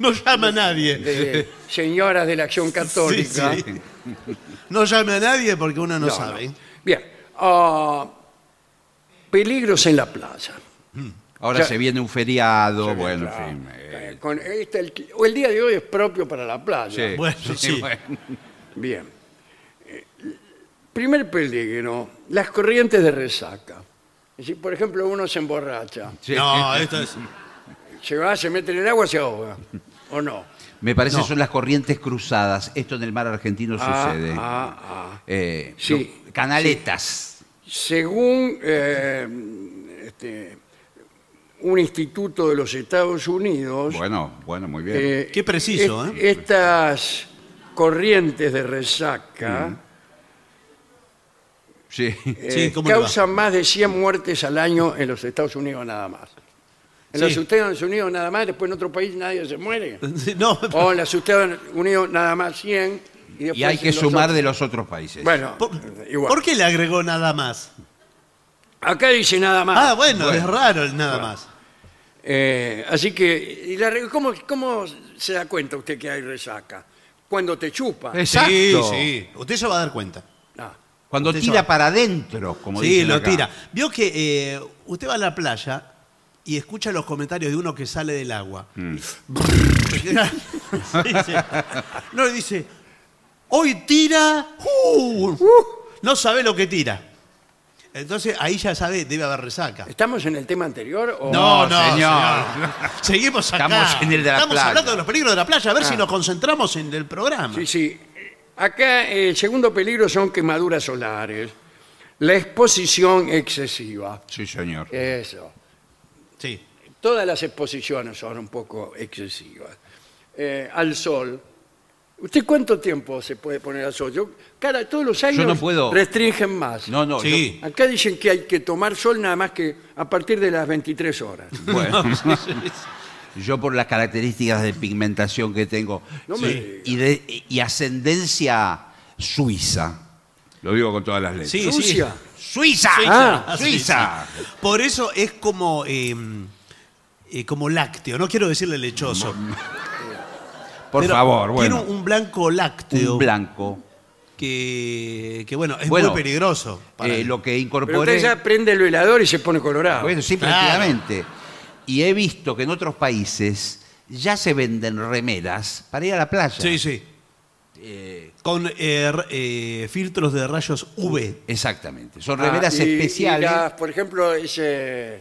Speaker 3: No llama a nadie. *laughs*
Speaker 2: de señoras de la Acción Católica.
Speaker 3: Sí, sí. No llame a nadie porque uno no,
Speaker 2: No,
Speaker 3: sabe.
Speaker 2: no. Bien. Ah, peligros en la playa.
Speaker 5: Ahora
Speaker 2: Ya-
Speaker 5: se viene un feriado,
Speaker 2: Se ve,
Speaker 5: bueno,
Speaker 2: claro.
Speaker 5: en fin. eh,
Speaker 2: Eh, con este- el, o el día de hoy es propio para la playa.
Speaker 5: *laughs* sí,
Speaker 3: Bueno, sí.
Speaker 5: bueno.
Speaker 2: Bien. Eh, primer peligro, las corrientes de resaca. Es decir, por ejemplo, uno se emborracha,
Speaker 5: Sí.
Speaker 3: No, eh, esto es.
Speaker 2: se va, se mete en el agua, se ahoga. ¿O no?
Speaker 5: Me parece
Speaker 3: No.
Speaker 5: son las corrientes cruzadas. Esto en el mar argentino
Speaker 2: Ah,
Speaker 5: sucede.
Speaker 2: ah, ah.
Speaker 5: Eh,
Speaker 2: Sí.
Speaker 5: lo- canaletas.
Speaker 2: Según eh, este, un instituto de los Estados Unidos,
Speaker 5: Bueno, bueno, muy bien.
Speaker 2: Eh,
Speaker 3: Qué preciso,
Speaker 2: est- Estas corrientes de resaca
Speaker 5: sí.
Speaker 2: eh,
Speaker 3: Mm. Sí, ¿cómo le va? *laughs*
Speaker 2: causan más de 100 muertes al año en los Estados Unidos nada más. En los
Speaker 3: Sí.
Speaker 2: Estados Unidos nada más, después en otro país nadie se
Speaker 3: *laughs*
Speaker 2: muere.
Speaker 3: No,
Speaker 2: O en los Estados Unidos nada más 100. Y, después
Speaker 5: Y hay que
Speaker 2: en los
Speaker 5: sumar
Speaker 2: otros-
Speaker 5: de los otros países.
Speaker 2: Bueno,
Speaker 3: por,
Speaker 2: igual.
Speaker 3: ¿por qué le agregó nada más?
Speaker 2: Acá dice nada más.
Speaker 3: Ah, bueno, es raro el nada más.
Speaker 2: Eh, así que, y la re- ¿cómo, ¿cómo se da cuenta usted que hay resaca? Cuando te chupa.
Speaker 5: Exacto.
Speaker 3: Sí, sí. Usted se va a dar cuenta.
Speaker 2: Ah,
Speaker 5: Cuando
Speaker 3: Usted
Speaker 5: tira
Speaker 3: sabe.
Speaker 5: para adentro, como
Speaker 3: sí,
Speaker 5: dicen
Speaker 3: lo
Speaker 5: acá.
Speaker 3: tira. Vio que eh, usted va a la playa y escucha los comentarios de uno que sale del agua.
Speaker 5: Mm.
Speaker 3: *laughs* Sí, sí. No le dice, hoy tira, uh, uh", no sabe lo que tira. Entonces ahí ya sabe, debe haber resaca.
Speaker 2: ¿Estamos en el tema anterior? O...
Speaker 3: No, no,
Speaker 5: señor.
Speaker 3: señor. Seguimos acá.
Speaker 5: Estamos en el de la
Speaker 3: Estamos
Speaker 5: playa. Ah.
Speaker 3: hablando de los peligros de la playa, a ver si nos concentramos en el programa.
Speaker 2: Sí, sí. Acá eh, el segundo peligro son quemaduras solares, la exposición excesiva.
Speaker 5: Sí, señor.
Speaker 2: Eh, Eso.
Speaker 3: Sí.
Speaker 2: Todas las exposiciones son un poco excesivas. Eh, al sol. ¿Usted cuánto tiempo se puede poner al sol? Yo, cara, todos los años
Speaker 5: no puedo.
Speaker 2: restringen más.
Speaker 5: No, no,
Speaker 3: Sí.
Speaker 2: Acá dicen que hay que tomar sol nada más que a partir de las 23 horas.
Speaker 3: *laughs*
Speaker 5: yo- bueno, *laughs* yo por las características de pigmentación que tengo
Speaker 2: No me
Speaker 5: sí,
Speaker 2: diga.
Speaker 5: y, de- y ascendencia suiza. Lo digo con todas las letras.
Speaker 3: Sí, sí.
Speaker 2: Sucia.
Speaker 5: ¡Suiza!
Speaker 2: Suiza.
Speaker 5: Ah,
Speaker 3: Sí,
Speaker 5: ¡Suiza!
Speaker 3: sí. Por eso es como, eh, eh, como lácteo. No quiero decirle lechoso.
Speaker 5: Por
Speaker 3: pero
Speaker 5: favor, bueno.
Speaker 3: Tiene un, un blanco lácteo.
Speaker 5: Un blanco.
Speaker 3: Que, que, bueno, es
Speaker 5: Bueno,
Speaker 3: muy peligroso. para
Speaker 5: eh,
Speaker 3: él.
Speaker 5: lo que
Speaker 2: Pero
Speaker 5: incorporé.
Speaker 2: usted ya prende el velador y se pone colorado.
Speaker 5: Bueno, sí,
Speaker 3: Claro.
Speaker 5: prácticamente. Y he visto que en otros países ya se venden remeras para ir a la playa.
Speaker 3: Sí, sí. Con eh, r- eh, filtros de rayos UV.
Speaker 5: Exactamente. Son
Speaker 2: Ah,
Speaker 5: remeras
Speaker 2: y- y
Speaker 5: especiales.
Speaker 2: las, por ejemplo, ese-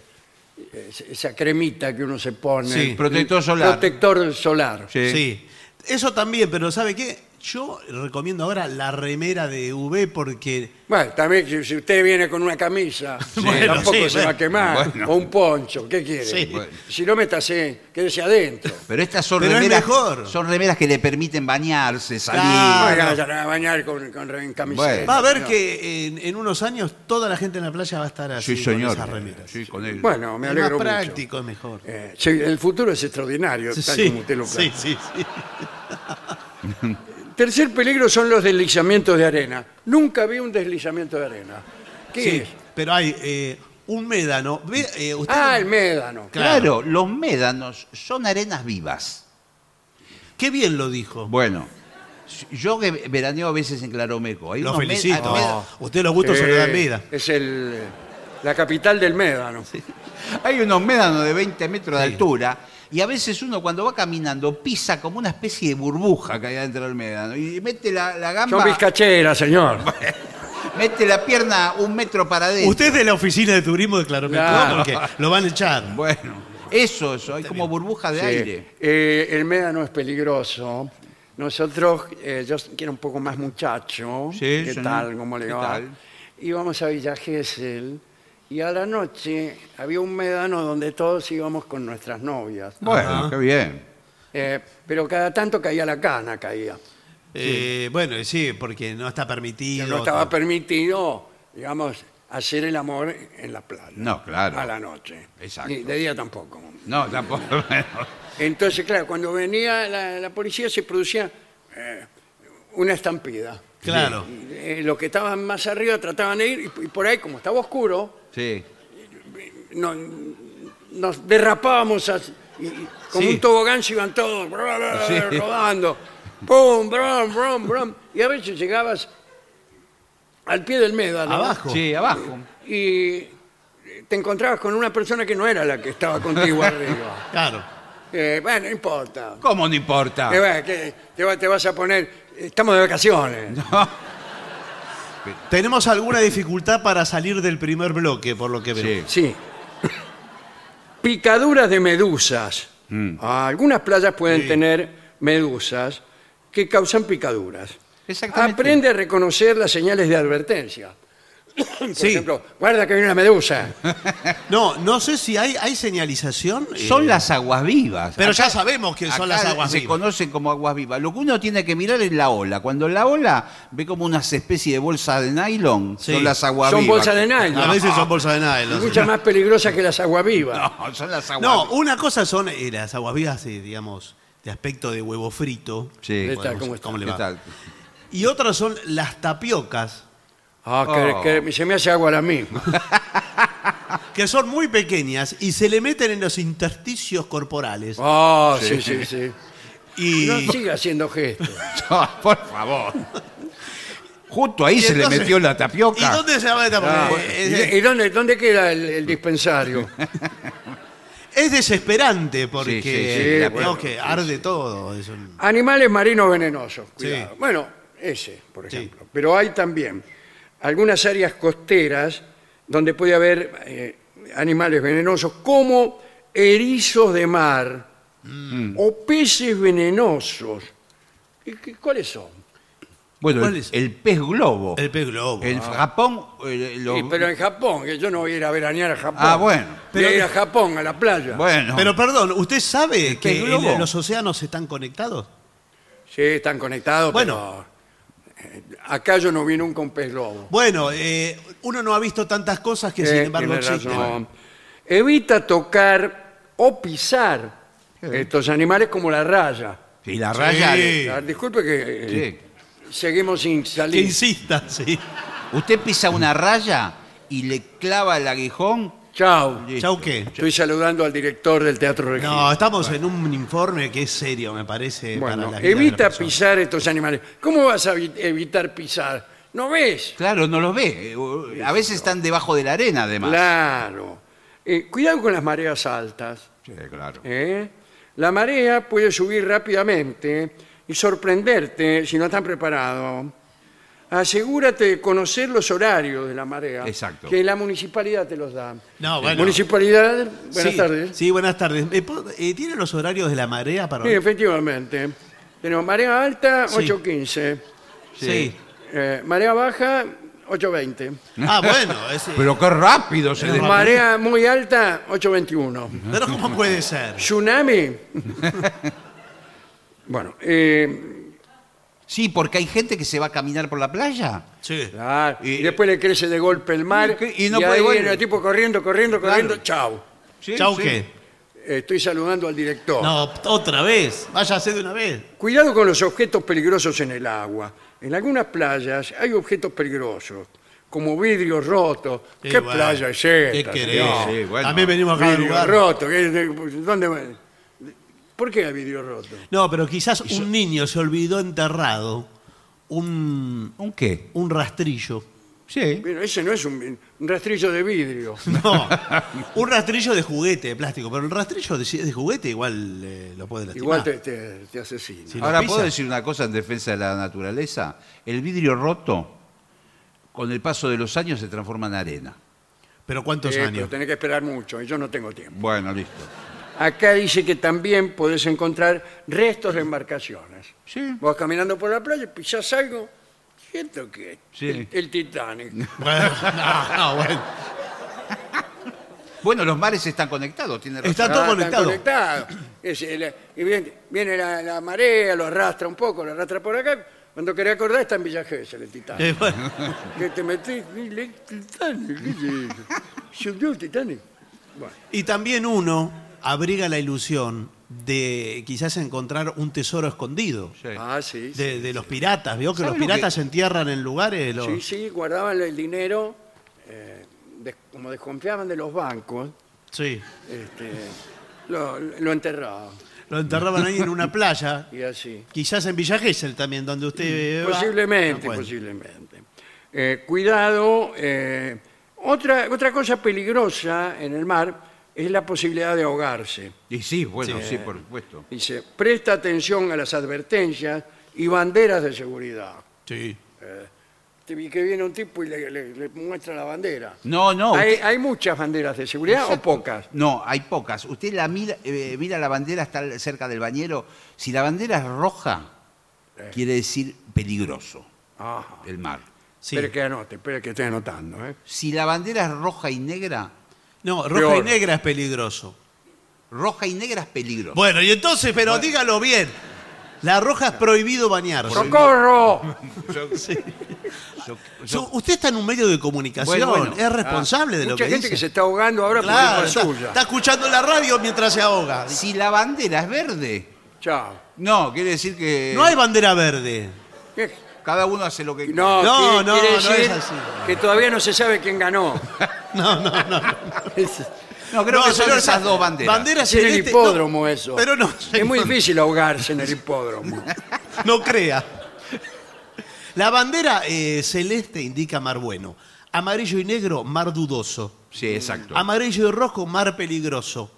Speaker 2: esa cremita que uno se pone.
Speaker 3: Sí,
Speaker 5: protector solar.
Speaker 2: Protector solar.
Speaker 5: Sí.
Speaker 3: Sí. Eso también, pero ¿sabe qué? Yo recomiendo ahora la remera de UV porque
Speaker 2: Bueno, también si, si usted viene con una camisa,
Speaker 3: Bueno,
Speaker 2: tampoco
Speaker 3: *laughs* sí,
Speaker 2: se
Speaker 3: bueno.
Speaker 2: va a quemar.
Speaker 5: Bueno.
Speaker 2: O un poncho, ¿qué quiere?
Speaker 3: Sí.
Speaker 5: Bueno.
Speaker 2: Si no, métase, quédese
Speaker 3: *laughs*
Speaker 2: adentro.
Speaker 5: Pero estas son
Speaker 3: Pero es
Speaker 5: remeras.
Speaker 3: mejor.
Speaker 5: Son remeras que le permiten bañarse, salir.
Speaker 3: Claro. Ah,
Speaker 2: Vaya,
Speaker 3: no.
Speaker 2: vaya a bañar con, con- en camiseta.
Speaker 5: Bueno.
Speaker 3: va a ver
Speaker 2: No.
Speaker 3: que en, en unos años toda la gente en la playa va a estar así
Speaker 5: Sí,
Speaker 3: con
Speaker 5: señor.
Speaker 3: esas remeras.
Speaker 5: Sí, con él.
Speaker 2: Bueno, me
Speaker 3: es
Speaker 2: alegro
Speaker 3: más
Speaker 2: mucho.
Speaker 3: práctico, es mejor.
Speaker 2: Eh, sí, el futuro es extraordinario, tal como usted lo
Speaker 3: sí,
Speaker 2: plantea.
Speaker 3: sí, sí.
Speaker 2: Tercer peligro son los deslizamientos de arena. Nunca vi un deslizamiento de arena. ¿Qué
Speaker 3: Sí,
Speaker 2: es?
Speaker 3: Pero hay eh, un médano. Ve, eh, usted-
Speaker 2: Ah, el médano.
Speaker 5: claro, los médanos son arenas vivas.
Speaker 3: Qué bien lo dijo.
Speaker 5: Bueno, yo que veraneo a veces en Claromeco. Hay
Speaker 3: lo
Speaker 5: unos med-
Speaker 3: felicito. Ah,
Speaker 5: hay
Speaker 3: No,
Speaker 5: med-
Speaker 3: Usted los gustos se le dan
Speaker 2: Eh,
Speaker 3: vida.
Speaker 2: Es el, la capital del Médano.
Speaker 5: Hay unos médanos de 20 metros de altura y a veces uno cuando va caminando pisa como una especie de burbuja que hay adentro del médano y mete la, la
Speaker 2: Son
Speaker 5: gamba,
Speaker 2: bizcacheras, señor.
Speaker 5: mete la pierna un metro para adentro.
Speaker 3: Usted es de la oficina de turismo de Claromeco,
Speaker 2: Claro.
Speaker 3: porque lo van a echar.
Speaker 5: Bueno, Eso, eso, hay como burbuja de
Speaker 2: Sí.
Speaker 5: aire.
Speaker 2: Eh, el médano es peligroso. Nosotros, eh, yo quiero un poco más muchacho.
Speaker 5: Sí,
Speaker 2: ¿Qué
Speaker 5: señor.
Speaker 2: tal? ¿Cómo le
Speaker 5: ¿Qué
Speaker 2: va?
Speaker 5: tal?
Speaker 2: Íbamos a Villa Gesell y a la noche había un médano donde todos íbamos con nuestras novias.
Speaker 5: Bueno,
Speaker 3: Ajá.
Speaker 5: qué bien.
Speaker 2: Eh, pero cada tanto caía la cana, caía.
Speaker 3: Eh, bueno, sí, porque no está
Speaker 2: Que
Speaker 3: permitido.
Speaker 2: no estaba permitido, digamos, hacer el amor en la playa.
Speaker 5: No, claro.
Speaker 2: A la noche.
Speaker 5: Exacto.
Speaker 2: Ni de día tampoco.
Speaker 5: No, tampoco. bueno.
Speaker 2: Entonces, claro, cuando venía la, la policía se producía eh, una estampida.
Speaker 3: Claro.
Speaker 2: Eh, los que estaban más arriba trataban de ir y, y por ahí, como estaba oscuro,
Speaker 5: Sí.
Speaker 2: no- nos derrapábamos así, y- y como
Speaker 5: Sí.
Speaker 2: un tobogán se iban todos bra, bra, bra,
Speaker 5: Sí.
Speaker 2: rodando. ¡Pum! ¡Brum! ¡Brum! ¡Brum! Y a veces llegabas al pie del médano.
Speaker 3: Abajo.
Speaker 5: Sí, abajo.
Speaker 2: Y te encontrabas con una persona que no era la que estaba
Speaker 5: *laughs*
Speaker 2: contigo arriba.
Speaker 3: Claro.
Speaker 2: Eh, bueno, no importa.
Speaker 5: ¿Cómo no importa?
Speaker 2: Eh, bueno, que te, va- te vas a poner. Estamos de vacaciones.
Speaker 3: Tenemos alguna dificultad para salir del primer bloque, por lo que veo.
Speaker 5: Sí.
Speaker 2: Sí. Picaduras de medusas. Ah, Algunas playas pueden tener medusas que causan picaduras.
Speaker 5: Exactamente.
Speaker 2: Aprende a reconocer las señales de advertencia. *coughs* Por
Speaker 3: Sí.
Speaker 2: ejemplo, guarda que viene una medusa.
Speaker 3: No, no sé si hay, hay señalización.
Speaker 5: *laughs*
Speaker 3: eh,
Speaker 5: Son las aguas vivas.
Speaker 3: Pero ya sabemos que son las
Speaker 5: acá
Speaker 3: aguas
Speaker 5: se
Speaker 3: vivas.
Speaker 5: conocen como aguas vivas. Lo que uno tiene que mirar es la ola. Cuando la ola ve como unas especies de bolsas de nylon,
Speaker 3: Sí.
Speaker 5: son las aguas
Speaker 2: Son
Speaker 5: vivas.
Speaker 2: bolsas de nylon.
Speaker 3: A veces son bolsas de nylon.
Speaker 2: Muchas más peligrosas que las aguavivas.
Speaker 5: *laughs* No, son las aguas
Speaker 3: No,
Speaker 5: vivas.
Speaker 3: una cosa son eh, las aguavivas, eh, digamos, de aspecto de huevo frito.
Speaker 5: Sí.
Speaker 2: ¿Qué
Speaker 3: Podemos-
Speaker 2: tal? ¿Cómo está?
Speaker 3: uh, le
Speaker 5: ¿Qué
Speaker 3: va?
Speaker 5: tal? *laughs*
Speaker 3: Y otras son las tapiocas,
Speaker 2: Ah, que-
Speaker 5: Oh.
Speaker 2: que se me hace agua la misma.
Speaker 3: que son muy pequeñas y se le meten en los intersticios corporales.
Speaker 2: Ah, sí, sí, sí.
Speaker 3: Y
Speaker 2: No siga haciendo gestos.
Speaker 5: No, por
Speaker 3: *laughs*
Speaker 5: favor. Justo ahí se le
Speaker 3: entonces-
Speaker 5: metió la
Speaker 3: ¿Y
Speaker 5: tapioca.
Speaker 3: dónde se va a
Speaker 2: Ah,
Speaker 3: tapioca?
Speaker 2: bueno.
Speaker 3: es,
Speaker 2: ¿Y, y dónde, dónde queda el, el dispensario?
Speaker 3: es desesperante
Speaker 5: Sí,
Speaker 3: porque
Speaker 5: sí, sí, la
Speaker 3: no,
Speaker 5: bueno,
Speaker 3: que arde todo. es un-
Speaker 2: Animales marinos venenosos,
Speaker 3: Sí.
Speaker 2: cuidado. Bueno, ese, por
Speaker 3: Sí.
Speaker 2: ejemplo. Pero hay también algunas áreas costeras donde puede haber eh, animales venenosos como erizos de mar o peces venenosos. ¿Y qué- ¿Cuáles son?
Speaker 5: Bueno,
Speaker 3: ¿Cuál
Speaker 5: el,
Speaker 3: es?
Speaker 5: el pez globo.
Speaker 3: El pez globo.
Speaker 5: El Japón. eh, lo-
Speaker 2: Sí, pero en Japón, que yo no voy a ir a veranear a Japón.
Speaker 5: Ah, bueno.
Speaker 2: Voy a
Speaker 3: Pero-
Speaker 2: ir a Japón, a la playa.
Speaker 5: *laughs* Bueno.
Speaker 3: Pero perdón, ¿usted sabe que
Speaker 5: pez globo?
Speaker 3: el- los océanos están conectados?
Speaker 2: Sí, están conectados,
Speaker 3: Bueno.
Speaker 2: pero, eh, acá yo no vi nunca un pez globo.
Speaker 3: Bueno, eh, uno no ha visto tantas cosas que
Speaker 2: Eh,
Speaker 3: sin embargo
Speaker 2: tiene
Speaker 3: existen.
Speaker 2: razón. Evita tocar o pisar estos animales como la raya.
Speaker 5: y la raya.
Speaker 3: Sí.
Speaker 2: Ah, Disculpe que eh,
Speaker 5: Sí.
Speaker 2: seguimos sin
Speaker 3: Que
Speaker 2: salir.
Speaker 3: insistan, sí.
Speaker 5: Usted pisa una raya y le clava el aguijón.
Speaker 2: Chao.
Speaker 5: listo.
Speaker 3: ¿Chau qué?
Speaker 2: Estoy saludando al director del Teatro Regina.
Speaker 3: No, estamos en un informe que es serio, me parece. para
Speaker 2: bueno,
Speaker 3: la vida de
Speaker 2: evita
Speaker 3: la persona.
Speaker 2: pisar estos animales. ¿Cómo vas a evi- evitar pisar? ¿No ves?
Speaker 5: Claro, no los ve. Eh, A veces están debajo de la arena, además.
Speaker 2: Claro. Eh, cuidado con las mareas altas.
Speaker 5: Sí, claro.
Speaker 2: ¿eh? La marea puede subir rápidamente y sorprenderte si no estás preparado. Asegúrate de conocer los horarios de la marea,
Speaker 5: Exacto.
Speaker 2: que la municipalidad te los da.
Speaker 3: No, bueno.
Speaker 2: Municipalidad, buenas
Speaker 3: Sí,
Speaker 2: tardes.
Speaker 3: Sí, buenas tardes. Eh, ¿puedo- eh, ¿Tiene los horarios de la marea para.?
Speaker 2: Sí, efectivamente. Tenemos marea alta,
Speaker 3: Sí.
Speaker 2: 8.15.
Speaker 3: Sí.
Speaker 2: Eh, marea baja, 8.20.
Speaker 3: Ah, bueno. es-
Speaker 5: Pero qué rápido se des-
Speaker 2: Marea muy alta, 8.21.
Speaker 3: pero ¿cómo puede ser?
Speaker 2: Tsunami.
Speaker 5: *laughs*
Speaker 2: bueno, eh,
Speaker 5: Sí, porque hay gente que se va a caminar por la playa.
Speaker 3: Sí.
Speaker 2: Claro, Y,
Speaker 5: Y-
Speaker 2: después le crece de golpe el mar.
Speaker 5: Y- y no puede
Speaker 2: ahí
Speaker 5: volver.
Speaker 2: viene el tipo corriendo, corriendo, corriendo. Chau.
Speaker 3: ¿Chau
Speaker 5: sí.
Speaker 3: qué?
Speaker 2: Eh, Estoy saludando al director.
Speaker 3: No, otra vez. Váyase de una vez.
Speaker 2: Cuidado con los objetos peligrosos en el agua. En algunas playas hay objetos peligrosos, como vidrios rotos.
Speaker 3: Sí,
Speaker 2: ¿Qué
Speaker 3: bueno.
Speaker 2: playa es esta?
Speaker 3: ¿Qué querés?
Speaker 2: señor?
Speaker 5: Sí, bueno.
Speaker 3: También venimos acá al
Speaker 2: Vidrio
Speaker 3: lugar.
Speaker 2: roto. ¿qué- de- ¿Dónde va? ¿Por qué hay vidrio roto?
Speaker 3: No, pero quizás un niño se olvidó enterrado un,
Speaker 5: ¿Un qué?
Speaker 3: un
Speaker 2: *laughs*
Speaker 3: rastrillo.
Speaker 5: Sí.
Speaker 2: Bueno, ese no es un, un rastrillo de
Speaker 3: *laughs*
Speaker 2: vidrio.
Speaker 3: No, un rastrillo de juguete, de plástico. Pero el rastrillo de, si es de juguete igual eh, lo puede lastimar.
Speaker 2: Igual te, te- te asesina.
Speaker 3: Sí. ¿Y lo
Speaker 5: Ahora,
Speaker 3: pisa?
Speaker 5: ¿puedo decir una cosa en defensa de la naturaleza? El vidrio roto, con el paso de los años, se transforma en arena.
Speaker 3: Pero ¿cuántos
Speaker 2: Eh, pero
Speaker 3: años?
Speaker 2: tenés que esperar mucho y yo no tengo tiempo.
Speaker 5: Bueno, listo.
Speaker 2: Acá dice que también podés encontrar restos de embarcaciones.
Speaker 5: Sí.
Speaker 2: Vos caminando por la playa, pisás algo, siento que
Speaker 5: Sí.
Speaker 2: el, el Titanic.
Speaker 3: Bueno, no, no, bueno.
Speaker 5: Bueno, los mares están conectados, tiene razón.
Speaker 3: *laughs* Está todo
Speaker 2: Ah, están
Speaker 3: conectado.
Speaker 2: conectados. Es el- y viene, viene la, la marea, lo arrastra un poco, lo arrastra por acá. Cuando querés acordar, está en Villa Gesell, el Titanic.
Speaker 3: Eh, bueno.
Speaker 2: Que te metí, el Titanic, ¿qué es eso?
Speaker 3: *laughs*
Speaker 2: Subió el Titanic. Bueno,
Speaker 3: Y también uno abriga la ilusión de quizás encontrar un tesoro escondido.
Speaker 5: Sí.
Speaker 2: ah, sí. sí.
Speaker 3: De, de los piratas, veo que
Speaker 5: ¿Sabe
Speaker 3: los
Speaker 5: lo
Speaker 3: piratas se entierran en lugares. los-
Speaker 2: Sí, sí, guardaban el dinero, eh, des- como desconfiaban de los bancos,
Speaker 3: sí.
Speaker 2: este, lo, lo enterraban
Speaker 3: Lo enterraban ahí en una playa.
Speaker 2: *laughs* y así.
Speaker 3: Quizás en Villa Gesell también, donde usted. va, Ah, no
Speaker 2: Mm, Posiblemente,
Speaker 3: encuentra.
Speaker 2: posiblemente. Eh, cuidado, eh, otra, otra cosa peligrosa en el mar es la posibilidad de ahogarse.
Speaker 5: Y sí, bueno, sí, por supuesto.
Speaker 2: Dice, presta atención a las advertencias y banderas de seguridad.
Speaker 3: Sí.
Speaker 2: Te vi que viene un tipo y le, le- le muestra la bandera.
Speaker 5: No, no.
Speaker 2: ¿Hay,
Speaker 5: usted-
Speaker 2: hay muchas banderas de seguridad o pocas?
Speaker 5: No, hay pocas. Usted la mira, eh, mira la bandera está cerca del bañero. Si la bandera es roja,
Speaker 2: Eh.
Speaker 5: quiere decir peligroso
Speaker 2: Ajá.
Speaker 5: el mar.
Speaker 3: sí.
Speaker 2: Espere que anote, espere que estoy anotando. ¿eh?
Speaker 5: Si la bandera es roja y negra,
Speaker 3: No, roja y
Speaker 2: Peor.
Speaker 3: negra es peligroso.
Speaker 5: roja y negra es peligroso.
Speaker 3: Bueno, y entonces, pero dígalo bien. La roja es prohibido bañarse.
Speaker 2: ¡Socorro!
Speaker 5: *laughs*
Speaker 3: Su- usted está en un medio de comunicación,
Speaker 5: Bueno, bueno.
Speaker 3: es responsable de lo
Speaker 2: Ah, Mucha
Speaker 3: que
Speaker 2: gente
Speaker 3: dice.
Speaker 2: que se está ahogando ahora
Speaker 3: Claro,
Speaker 2: por culpa
Speaker 3: está,
Speaker 2: suya.
Speaker 3: está escuchando la radio mientras se ahoga.
Speaker 5: si la bandera es verde,
Speaker 2: Chao.
Speaker 5: no, quiere decir que
Speaker 3: No hay bandera verde.
Speaker 5: cada uno hace lo que
Speaker 2: No,
Speaker 3: No,
Speaker 2: quiere-
Speaker 3: no,
Speaker 2: quiere
Speaker 3: no es
Speaker 2: decir
Speaker 3: así.
Speaker 2: Que todavía no se sabe quién
Speaker 3: *laughs*
Speaker 2: ganó.
Speaker 3: No, no, no. no.
Speaker 5: No, creo que son
Speaker 3: señor,
Speaker 5: esas
Speaker 3: esa-
Speaker 5: dos banderas.
Speaker 3: Banderas
Speaker 2: Es en el
Speaker 3: celeste,
Speaker 2: hipódromo
Speaker 3: no.
Speaker 2: eso.
Speaker 3: Pero no,
Speaker 2: Es muy
Speaker 3: señor,
Speaker 2: difícil ahogarse en el
Speaker 3: *laughs*
Speaker 2: hipódromo.
Speaker 3: No crea. La bandera eh, celeste indica mar bueno. Amarillo y negro, mar dudoso.
Speaker 5: Sí, exacto.
Speaker 3: Amarillo y rojo, mar peligroso.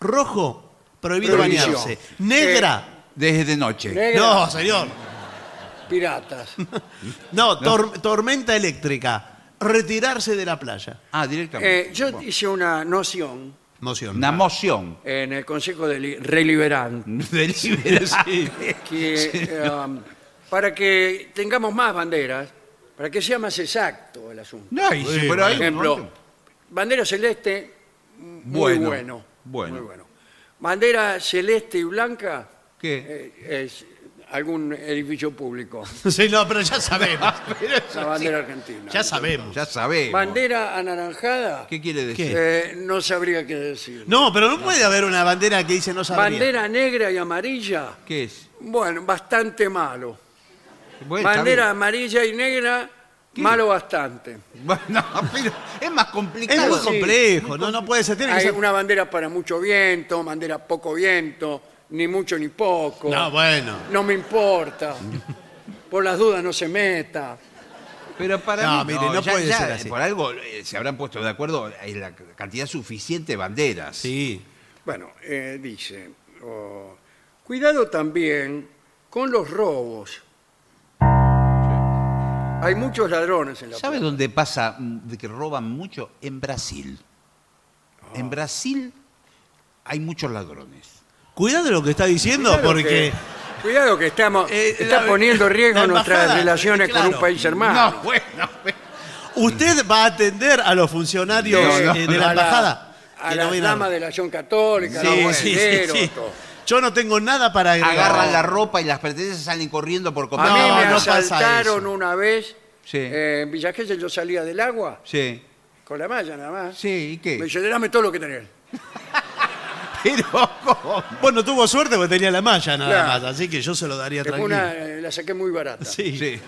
Speaker 3: Rojo, prohibido
Speaker 2: Prohibición.
Speaker 3: bañarse. Negra,
Speaker 5: Desde noche.
Speaker 2: Eh, Negra,
Speaker 3: no, señor.
Speaker 2: Piratas.
Speaker 3: No, tor- tormenta eléctrica. Retirarse de la playa.
Speaker 5: Ah, directamente.
Speaker 2: Eh, yo hice una noción
Speaker 3: Moción.
Speaker 5: Una moción.
Speaker 2: en el Consejo de Li- *laughs* Reliberante
Speaker 5: *laughs* De liberante.
Speaker 3: *laughs*
Speaker 2: que eh, para que tengamos más banderas, para que sea más exacto el asunto.
Speaker 5: No, y-
Speaker 3: Sí,
Speaker 5: pero
Speaker 2: Por
Speaker 5: hay un
Speaker 2: ejemplo,
Speaker 5: montón.
Speaker 2: bandera celeste, muy
Speaker 5: Bueno,
Speaker 2: bueno.
Speaker 5: bueno.
Speaker 2: muy bueno. Bandera celeste y blanca
Speaker 5: ¿Qué?
Speaker 2: eh, es algún edificio público.
Speaker 3: *laughs* Sí, no, pero ya sabemos.
Speaker 5: *laughs*
Speaker 2: La bandera argentina.
Speaker 3: ya sabemos.
Speaker 5: Ya sabemos.
Speaker 2: Bandera anaranjada,
Speaker 5: ¿Qué quiere decir?
Speaker 3: ¿Qué?
Speaker 2: eh, no sabría qué decir.
Speaker 3: No, pero no puede haber una bandera que dice no sabría.
Speaker 2: Bandera negra y amarilla,
Speaker 5: ¿Qué es?
Speaker 2: bueno, bastante malo.
Speaker 5: Bueno, está
Speaker 2: Bandera
Speaker 5: bien.
Speaker 2: amarilla y negra, malo bastante.
Speaker 5: Bueno, *laughs* pero es más complicado.
Speaker 3: Es muy
Speaker 2: Sí.
Speaker 3: complejo, no, no puede ser. Tiene que
Speaker 2: Hay
Speaker 3: ser...
Speaker 2: una bandera para mucho viento, bandera poco viento, ni mucho ni poco.
Speaker 3: No, bueno.
Speaker 2: No me importa. Por las dudas no se meta.
Speaker 5: Pero para
Speaker 3: No,
Speaker 5: mí,
Speaker 3: mire, no
Speaker 5: ya-
Speaker 3: puede
Speaker 5: ya,
Speaker 3: ser
Speaker 5: eh,
Speaker 3: así.
Speaker 5: Por algo eh, se habrán puesto de acuerdo en la c- cantidad suficiente de banderas.
Speaker 3: Sí.
Speaker 2: Bueno, eh, dice, oh, cuidado también con los robos. Hay muchos ladrones en la
Speaker 5: ¿Sabe
Speaker 2: plaza.
Speaker 5: dónde pasa mm, de que roban mucho? En Brasil.
Speaker 3: Ah.
Speaker 5: En Brasil hay muchos ladrones.
Speaker 3: Cuidado lo que está diciendo
Speaker 2: Cuidado
Speaker 3: porque.
Speaker 2: que- cuidado que estamos
Speaker 3: Eh,
Speaker 2: está
Speaker 3: la-
Speaker 2: poniendo en riesgo
Speaker 3: la
Speaker 2: nuestras
Speaker 3: embajada, eh,
Speaker 2: relaciones
Speaker 3: claro.
Speaker 2: con un país hermano.
Speaker 5: No, bueno, bueno.
Speaker 3: Usted va a atender a los funcionarios
Speaker 2: Eh,
Speaker 3: eh, de la
Speaker 2: a
Speaker 3: embajada.
Speaker 2: A
Speaker 3: que
Speaker 2: la
Speaker 3: no vienen.
Speaker 2: dama de la acción católica,
Speaker 3: Sí,
Speaker 2: a los
Speaker 3: sí, sí,
Speaker 2: banderos,
Speaker 3: sí.
Speaker 2: todo.
Speaker 3: Yo no tengo nada para agregar.
Speaker 5: Agarran la ropa y las pertenencias salen corriendo por
Speaker 2: A
Speaker 5: comer.
Speaker 3: No,
Speaker 2: mí me
Speaker 3: no pasa
Speaker 2: asaltaron
Speaker 3: eso.
Speaker 2: una vez
Speaker 5: Sí.
Speaker 2: eh, en Villa Gesell, yo salía del agua
Speaker 5: Sí,
Speaker 2: con la malla nada más.
Speaker 5: sí, ¿y
Speaker 2: Me
Speaker 5: qué?
Speaker 2: dice, dame todo lo que tenés.
Speaker 5: *laughs* Pero, ¿cómo?
Speaker 3: Bueno, tuvo suerte porque tenía la malla nada
Speaker 2: Claro.
Speaker 3: más, así que yo se lo daría
Speaker 2: Que fue
Speaker 3: tranquilo.
Speaker 2: una, eh, la saqué muy barata.
Speaker 3: Sí.
Speaker 5: Sí.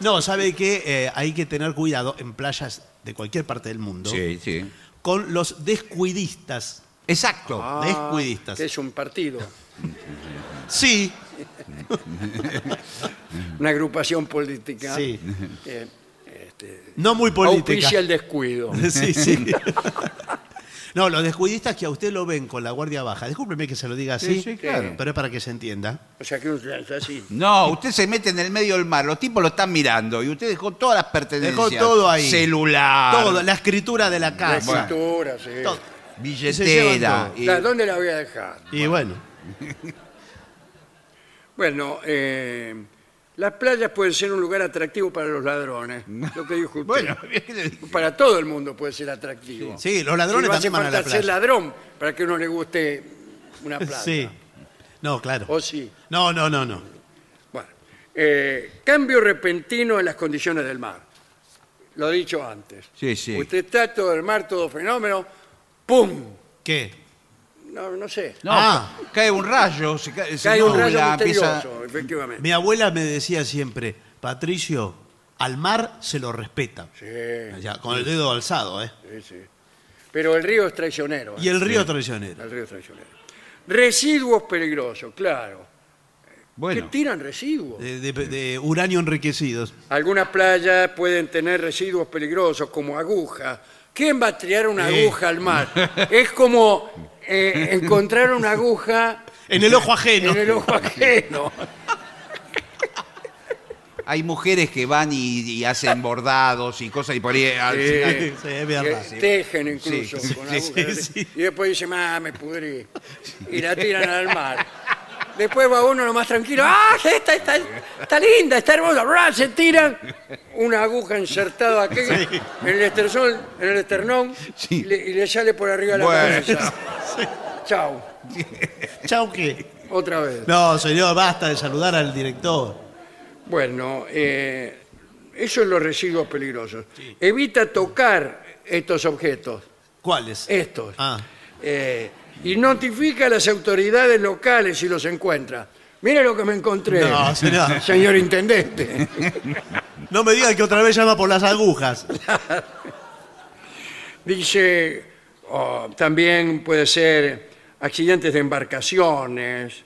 Speaker 3: No, sabe que eh, hay que tener cuidado en playas de cualquier parte del mundo
Speaker 5: Sí, sí.
Speaker 3: con los descuidistas.
Speaker 5: Exacto.
Speaker 2: Ah,
Speaker 3: Descuidistas.
Speaker 2: que es un partido,
Speaker 3: Sí,
Speaker 2: una agrupación política.
Speaker 3: sí.
Speaker 2: que
Speaker 3: *laughs* No muy política.
Speaker 2: auspicia el descuido.
Speaker 3: *laughs* Sí, sí. No, los descuidistas que a usted lo ven con la guardia baja. Discúlpeme que se lo diga
Speaker 5: Sí,
Speaker 3: así,
Speaker 5: sí, claro.
Speaker 3: pero es para que se entienda.
Speaker 2: O sea, que un, así.
Speaker 5: No, usted se mete en el medio del mar, los tipos lo están mirando y usted dejó todas las pertenencias.
Speaker 3: Dejó todo ahí.
Speaker 5: Celular.
Speaker 3: Todo, la escritura de la
Speaker 2: Ah, La
Speaker 3: casa.
Speaker 2: escritura, sí.
Speaker 3: Todo.
Speaker 5: billetera.
Speaker 3: todo.
Speaker 5: y-
Speaker 2: La- ¿Dónde la voy a dejar?
Speaker 3: Y bueno,
Speaker 2: Bueno, eh, las playas pueden ser un lugar atractivo para los ladrones. Lo que dijo usted. *laughs*
Speaker 6: Bueno, bien que le dije.
Speaker 2: para todo el mundo puede ser atractivo.
Speaker 3: Sí, sí, los ladrones
Speaker 2: Y no hace
Speaker 3: también van a la
Speaker 2: falta ser
Speaker 3: playa.
Speaker 2: ladrón para que uno le guste una playa.
Speaker 3: *laughs* sí. No, claro.
Speaker 2: O Oh, sí.
Speaker 3: No, no, no, no.
Speaker 2: Bueno, eh, cambio repentino en las condiciones del mar. Lo he dicho antes.
Speaker 5: Sí, sí.
Speaker 2: Usted está todo el mar, todo fenómeno, ¡pum!
Speaker 3: ¿Qué?
Speaker 2: No, no sé.
Speaker 5: No,
Speaker 3: Ah.
Speaker 5: cae un rayo, se cae, se
Speaker 2: Cae un
Speaker 5: nubla,
Speaker 2: rayo
Speaker 5: empieza-
Speaker 2: misterioso, efectivamente.
Speaker 3: Mi abuela me decía siempre, Patricio, al mar se lo respeta.
Speaker 2: Sí,
Speaker 3: Ya, con el dedo alzado, ¿eh?
Speaker 2: sí, sí. Eh, Pero el río es traicionero. ¿eh?
Speaker 3: Y el río traicionero.
Speaker 2: El río es traicionero. Residuos peligrosos, claro.
Speaker 5: Bueno,
Speaker 2: ¿Qué tiran residuos?
Speaker 3: De, de- de uranio enriquecidos.
Speaker 2: Algunas playas pueden tener residuos peligrosos como agujas. ¿Quién va a tirar una
Speaker 3: Sí.
Speaker 2: aguja al mar? Es como eh, encontrar una aguja
Speaker 3: En el ojo ajeno.
Speaker 2: *laughs* en el ojo ajeno.
Speaker 5: hay mujeres que van y, y hacen bordados y cosas y por ahí ah, al final-
Speaker 3: Sí, es verdad.
Speaker 2: Eh, Que tejen incluso
Speaker 5: Sí,
Speaker 2: con
Speaker 3: sí,
Speaker 2: agujas.
Speaker 3: sí, sí.
Speaker 2: Y después dicen, ah, me pudrí. Y la tiran al mar. Después va uno lo más tranquilo, ¡ah, esta está, está linda, está hermosa! ¡Ra! Se tiran una aguja insertada aquí en, el esterzón, en el esternón
Speaker 5: Sí.
Speaker 2: y, le, y le sale por arriba la
Speaker 5: Bueno.
Speaker 2: cabeza. Chau,
Speaker 3: Chau, ¿qué?
Speaker 2: otra vez.
Speaker 3: No, señor, basta de saludar al director.
Speaker 2: Bueno, eh, eso es los residuos peligrosos. Evita tocar estos objetos,
Speaker 3: ¿Cuáles?
Speaker 2: estos.
Speaker 3: Ah,
Speaker 2: Eh, y notifica a las autoridades locales si los encuentra. Mire lo que me encontré,
Speaker 3: No, señor.
Speaker 2: señor intendente.
Speaker 3: no me diga que otra vez llama por
Speaker 2: *laughs*
Speaker 3: las agujas.
Speaker 2: Dice, oh, también puede ser accidentes de embarcaciones.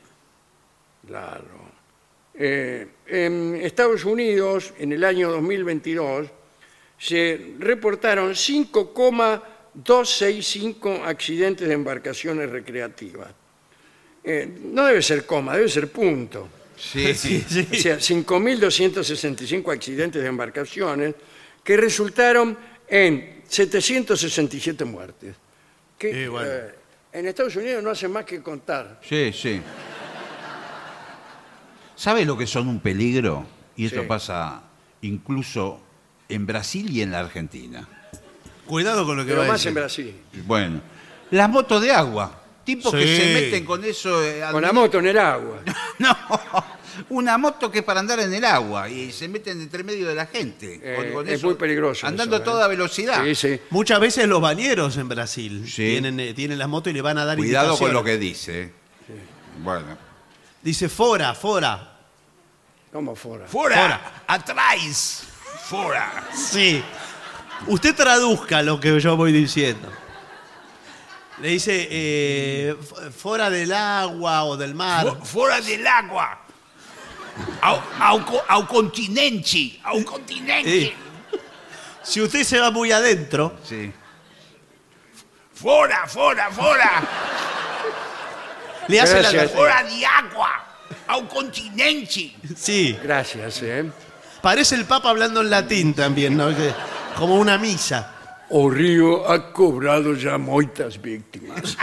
Speaker 2: Claro. Eh, en Estados Unidos, en el año 2022, se reportaron 5,265 accidentes de embarcaciones recreativas. Eh, no debe ser coma, debe ser punto.
Speaker 5: Sí, sí.
Speaker 3: Sí.
Speaker 2: O sea, 5.265 accidentes de embarcaciones que resultaron en 767 muertes. Que,
Speaker 3: Eh, bueno.
Speaker 2: eh, en Estados Unidos no hacen más que contar.
Speaker 5: Sí, sí. ¿Sabes lo que son un peligro? Y esto
Speaker 2: Sí.
Speaker 5: pasa incluso en Brasil y en la Argentina.
Speaker 3: Cuidado con lo que
Speaker 2: Pero
Speaker 3: va a
Speaker 2: más
Speaker 3: decir.
Speaker 2: en Brasil.
Speaker 5: Bueno, las motos de agua. Tipos que
Speaker 3: Sí.
Speaker 5: se meten con eso. eh, al-
Speaker 2: Con la moto en el agua.
Speaker 5: *laughs* No, una moto que es para andar en el agua y se meten entre medio de la gente. con-
Speaker 2: Eh,
Speaker 5: con
Speaker 2: es
Speaker 5: eso,
Speaker 2: muy peligroso
Speaker 5: Andando
Speaker 2: eso,
Speaker 5: a
Speaker 2: ¿eh?
Speaker 5: toda velocidad.
Speaker 2: Sí, sí.
Speaker 3: Muchas veces los bañeros en Brasil
Speaker 5: Sí.
Speaker 3: tienen, eh, tienen las motos y le van a dar
Speaker 5: Cuidado con
Speaker 3: indicaciones.
Speaker 5: lo que dice. eh. Bueno.
Speaker 3: Dice fora, fora.
Speaker 2: Como fuera.
Speaker 5: ¡Fuera! ¡Atrás! ¡Fuera!
Speaker 3: Sí. Usted traduzca lo que yo voy diciendo. Le dice eh, f- fuera del agua o del mar.
Speaker 6: Fu- Fuera del agua. Ao, ao co- ao continente. Ao continente.
Speaker 3: Sí. Si usted se va muy adentro,
Speaker 5: Sí.
Speaker 6: Fuera, fuera, fuera.
Speaker 3: le hace
Speaker 2: Gracias.
Speaker 3: la...
Speaker 6: Fuera de agua. Ao continente.
Speaker 3: Sí,
Speaker 2: Gracias, ¿eh?
Speaker 3: parece el Papa hablando en latín también, ¿no? Que- Como una misa.
Speaker 2: O río ha cobrado ya moitas
Speaker 3: *laughs*
Speaker 2: víctimas.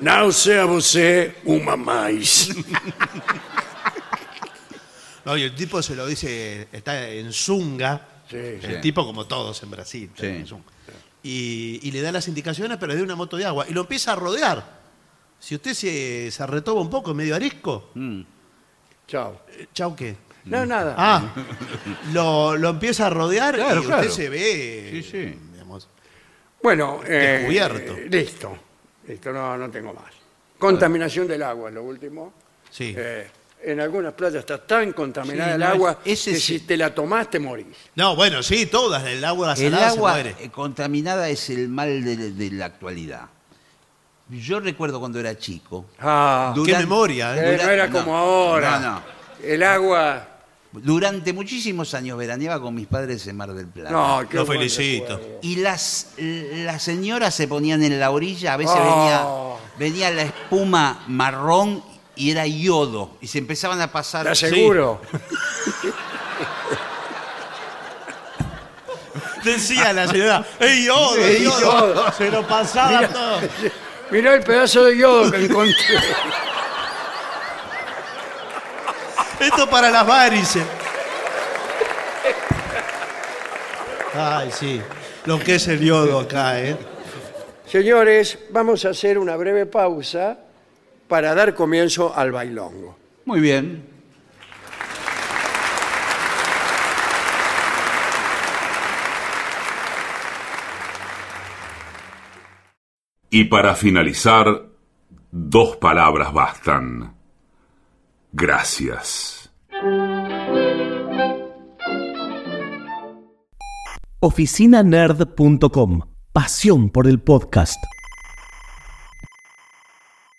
Speaker 2: No sea você uma mais.
Speaker 3: No, y el tipo se lo dice, está en zunga.
Speaker 2: Sí, sí.
Speaker 3: El tipo como todos en Brasil. está
Speaker 5: Sí.
Speaker 3: en zunga. Y, y le da las indicaciones, pero de una moto de agua. Y lo empieza a rodear. Si usted se, se retoba un poco, medio arisco,
Speaker 2: Chao.
Speaker 3: eh, chau qué.
Speaker 2: No, nada.
Speaker 3: Ah, lo, lo empieza a rodear
Speaker 5: Claro,
Speaker 3: y
Speaker 5: claro.
Speaker 3: usted se ve.
Speaker 5: Sí, sí.
Speaker 3: digamos,
Speaker 2: Bueno, eh,
Speaker 3: Descubierto.
Speaker 2: eh, listo. Listo, no, no tengo más. Contaminación del agua, lo último.
Speaker 3: sí.
Speaker 2: Eh, en algunas playas está tan contaminada
Speaker 5: Sí,
Speaker 2: el
Speaker 5: no, es-
Speaker 2: agua
Speaker 5: ese
Speaker 2: que
Speaker 5: sí.
Speaker 2: si te la tomás te morís.
Speaker 3: No, bueno, sí, todas. El agua
Speaker 5: El
Speaker 3: salada se
Speaker 5: agua
Speaker 3: muere.
Speaker 5: eh, contaminada es el mal de, de la actualidad. Yo recuerdo cuando era chico.
Speaker 2: Ah,
Speaker 3: Qué memoria, ¿eh?
Speaker 2: Eh, no era como ahora.
Speaker 5: No, no.
Speaker 2: El agua.
Speaker 5: Durante muchísimos años veraneaba con mis padres en Mar del Plata.
Speaker 2: No, qué
Speaker 3: Lo
Speaker 2: buen
Speaker 3: felicito.
Speaker 2: recuerdo.
Speaker 5: Y las, las señoras se ponían en la orilla, a veces
Speaker 2: Oh.
Speaker 5: venía, venía la espuma marrón y era yodo. Y se empezaban a pasar.
Speaker 2: Te aseguro.
Speaker 3: Decía la señora, ¡ey, yo!
Speaker 2: Ey, yodo".
Speaker 3: Se lo pasaba todo.
Speaker 2: Mirá el pedazo de yodo que
Speaker 5: *laughs*
Speaker 2: encontré.
Speaker 3: Esto para las varices. Ay, sí. Lo que es el yodo acá, ¿eh?
Speaker 2: Señores, vamos a hacer una breve pausa para dar comienzo al bailongo.
Speaker 7: Muy bien.
Speaker 4: Y para finalizar, dos palabras bastan. Gracias.
Speaker 8: oficinanerd.com. Pasión por el podcast.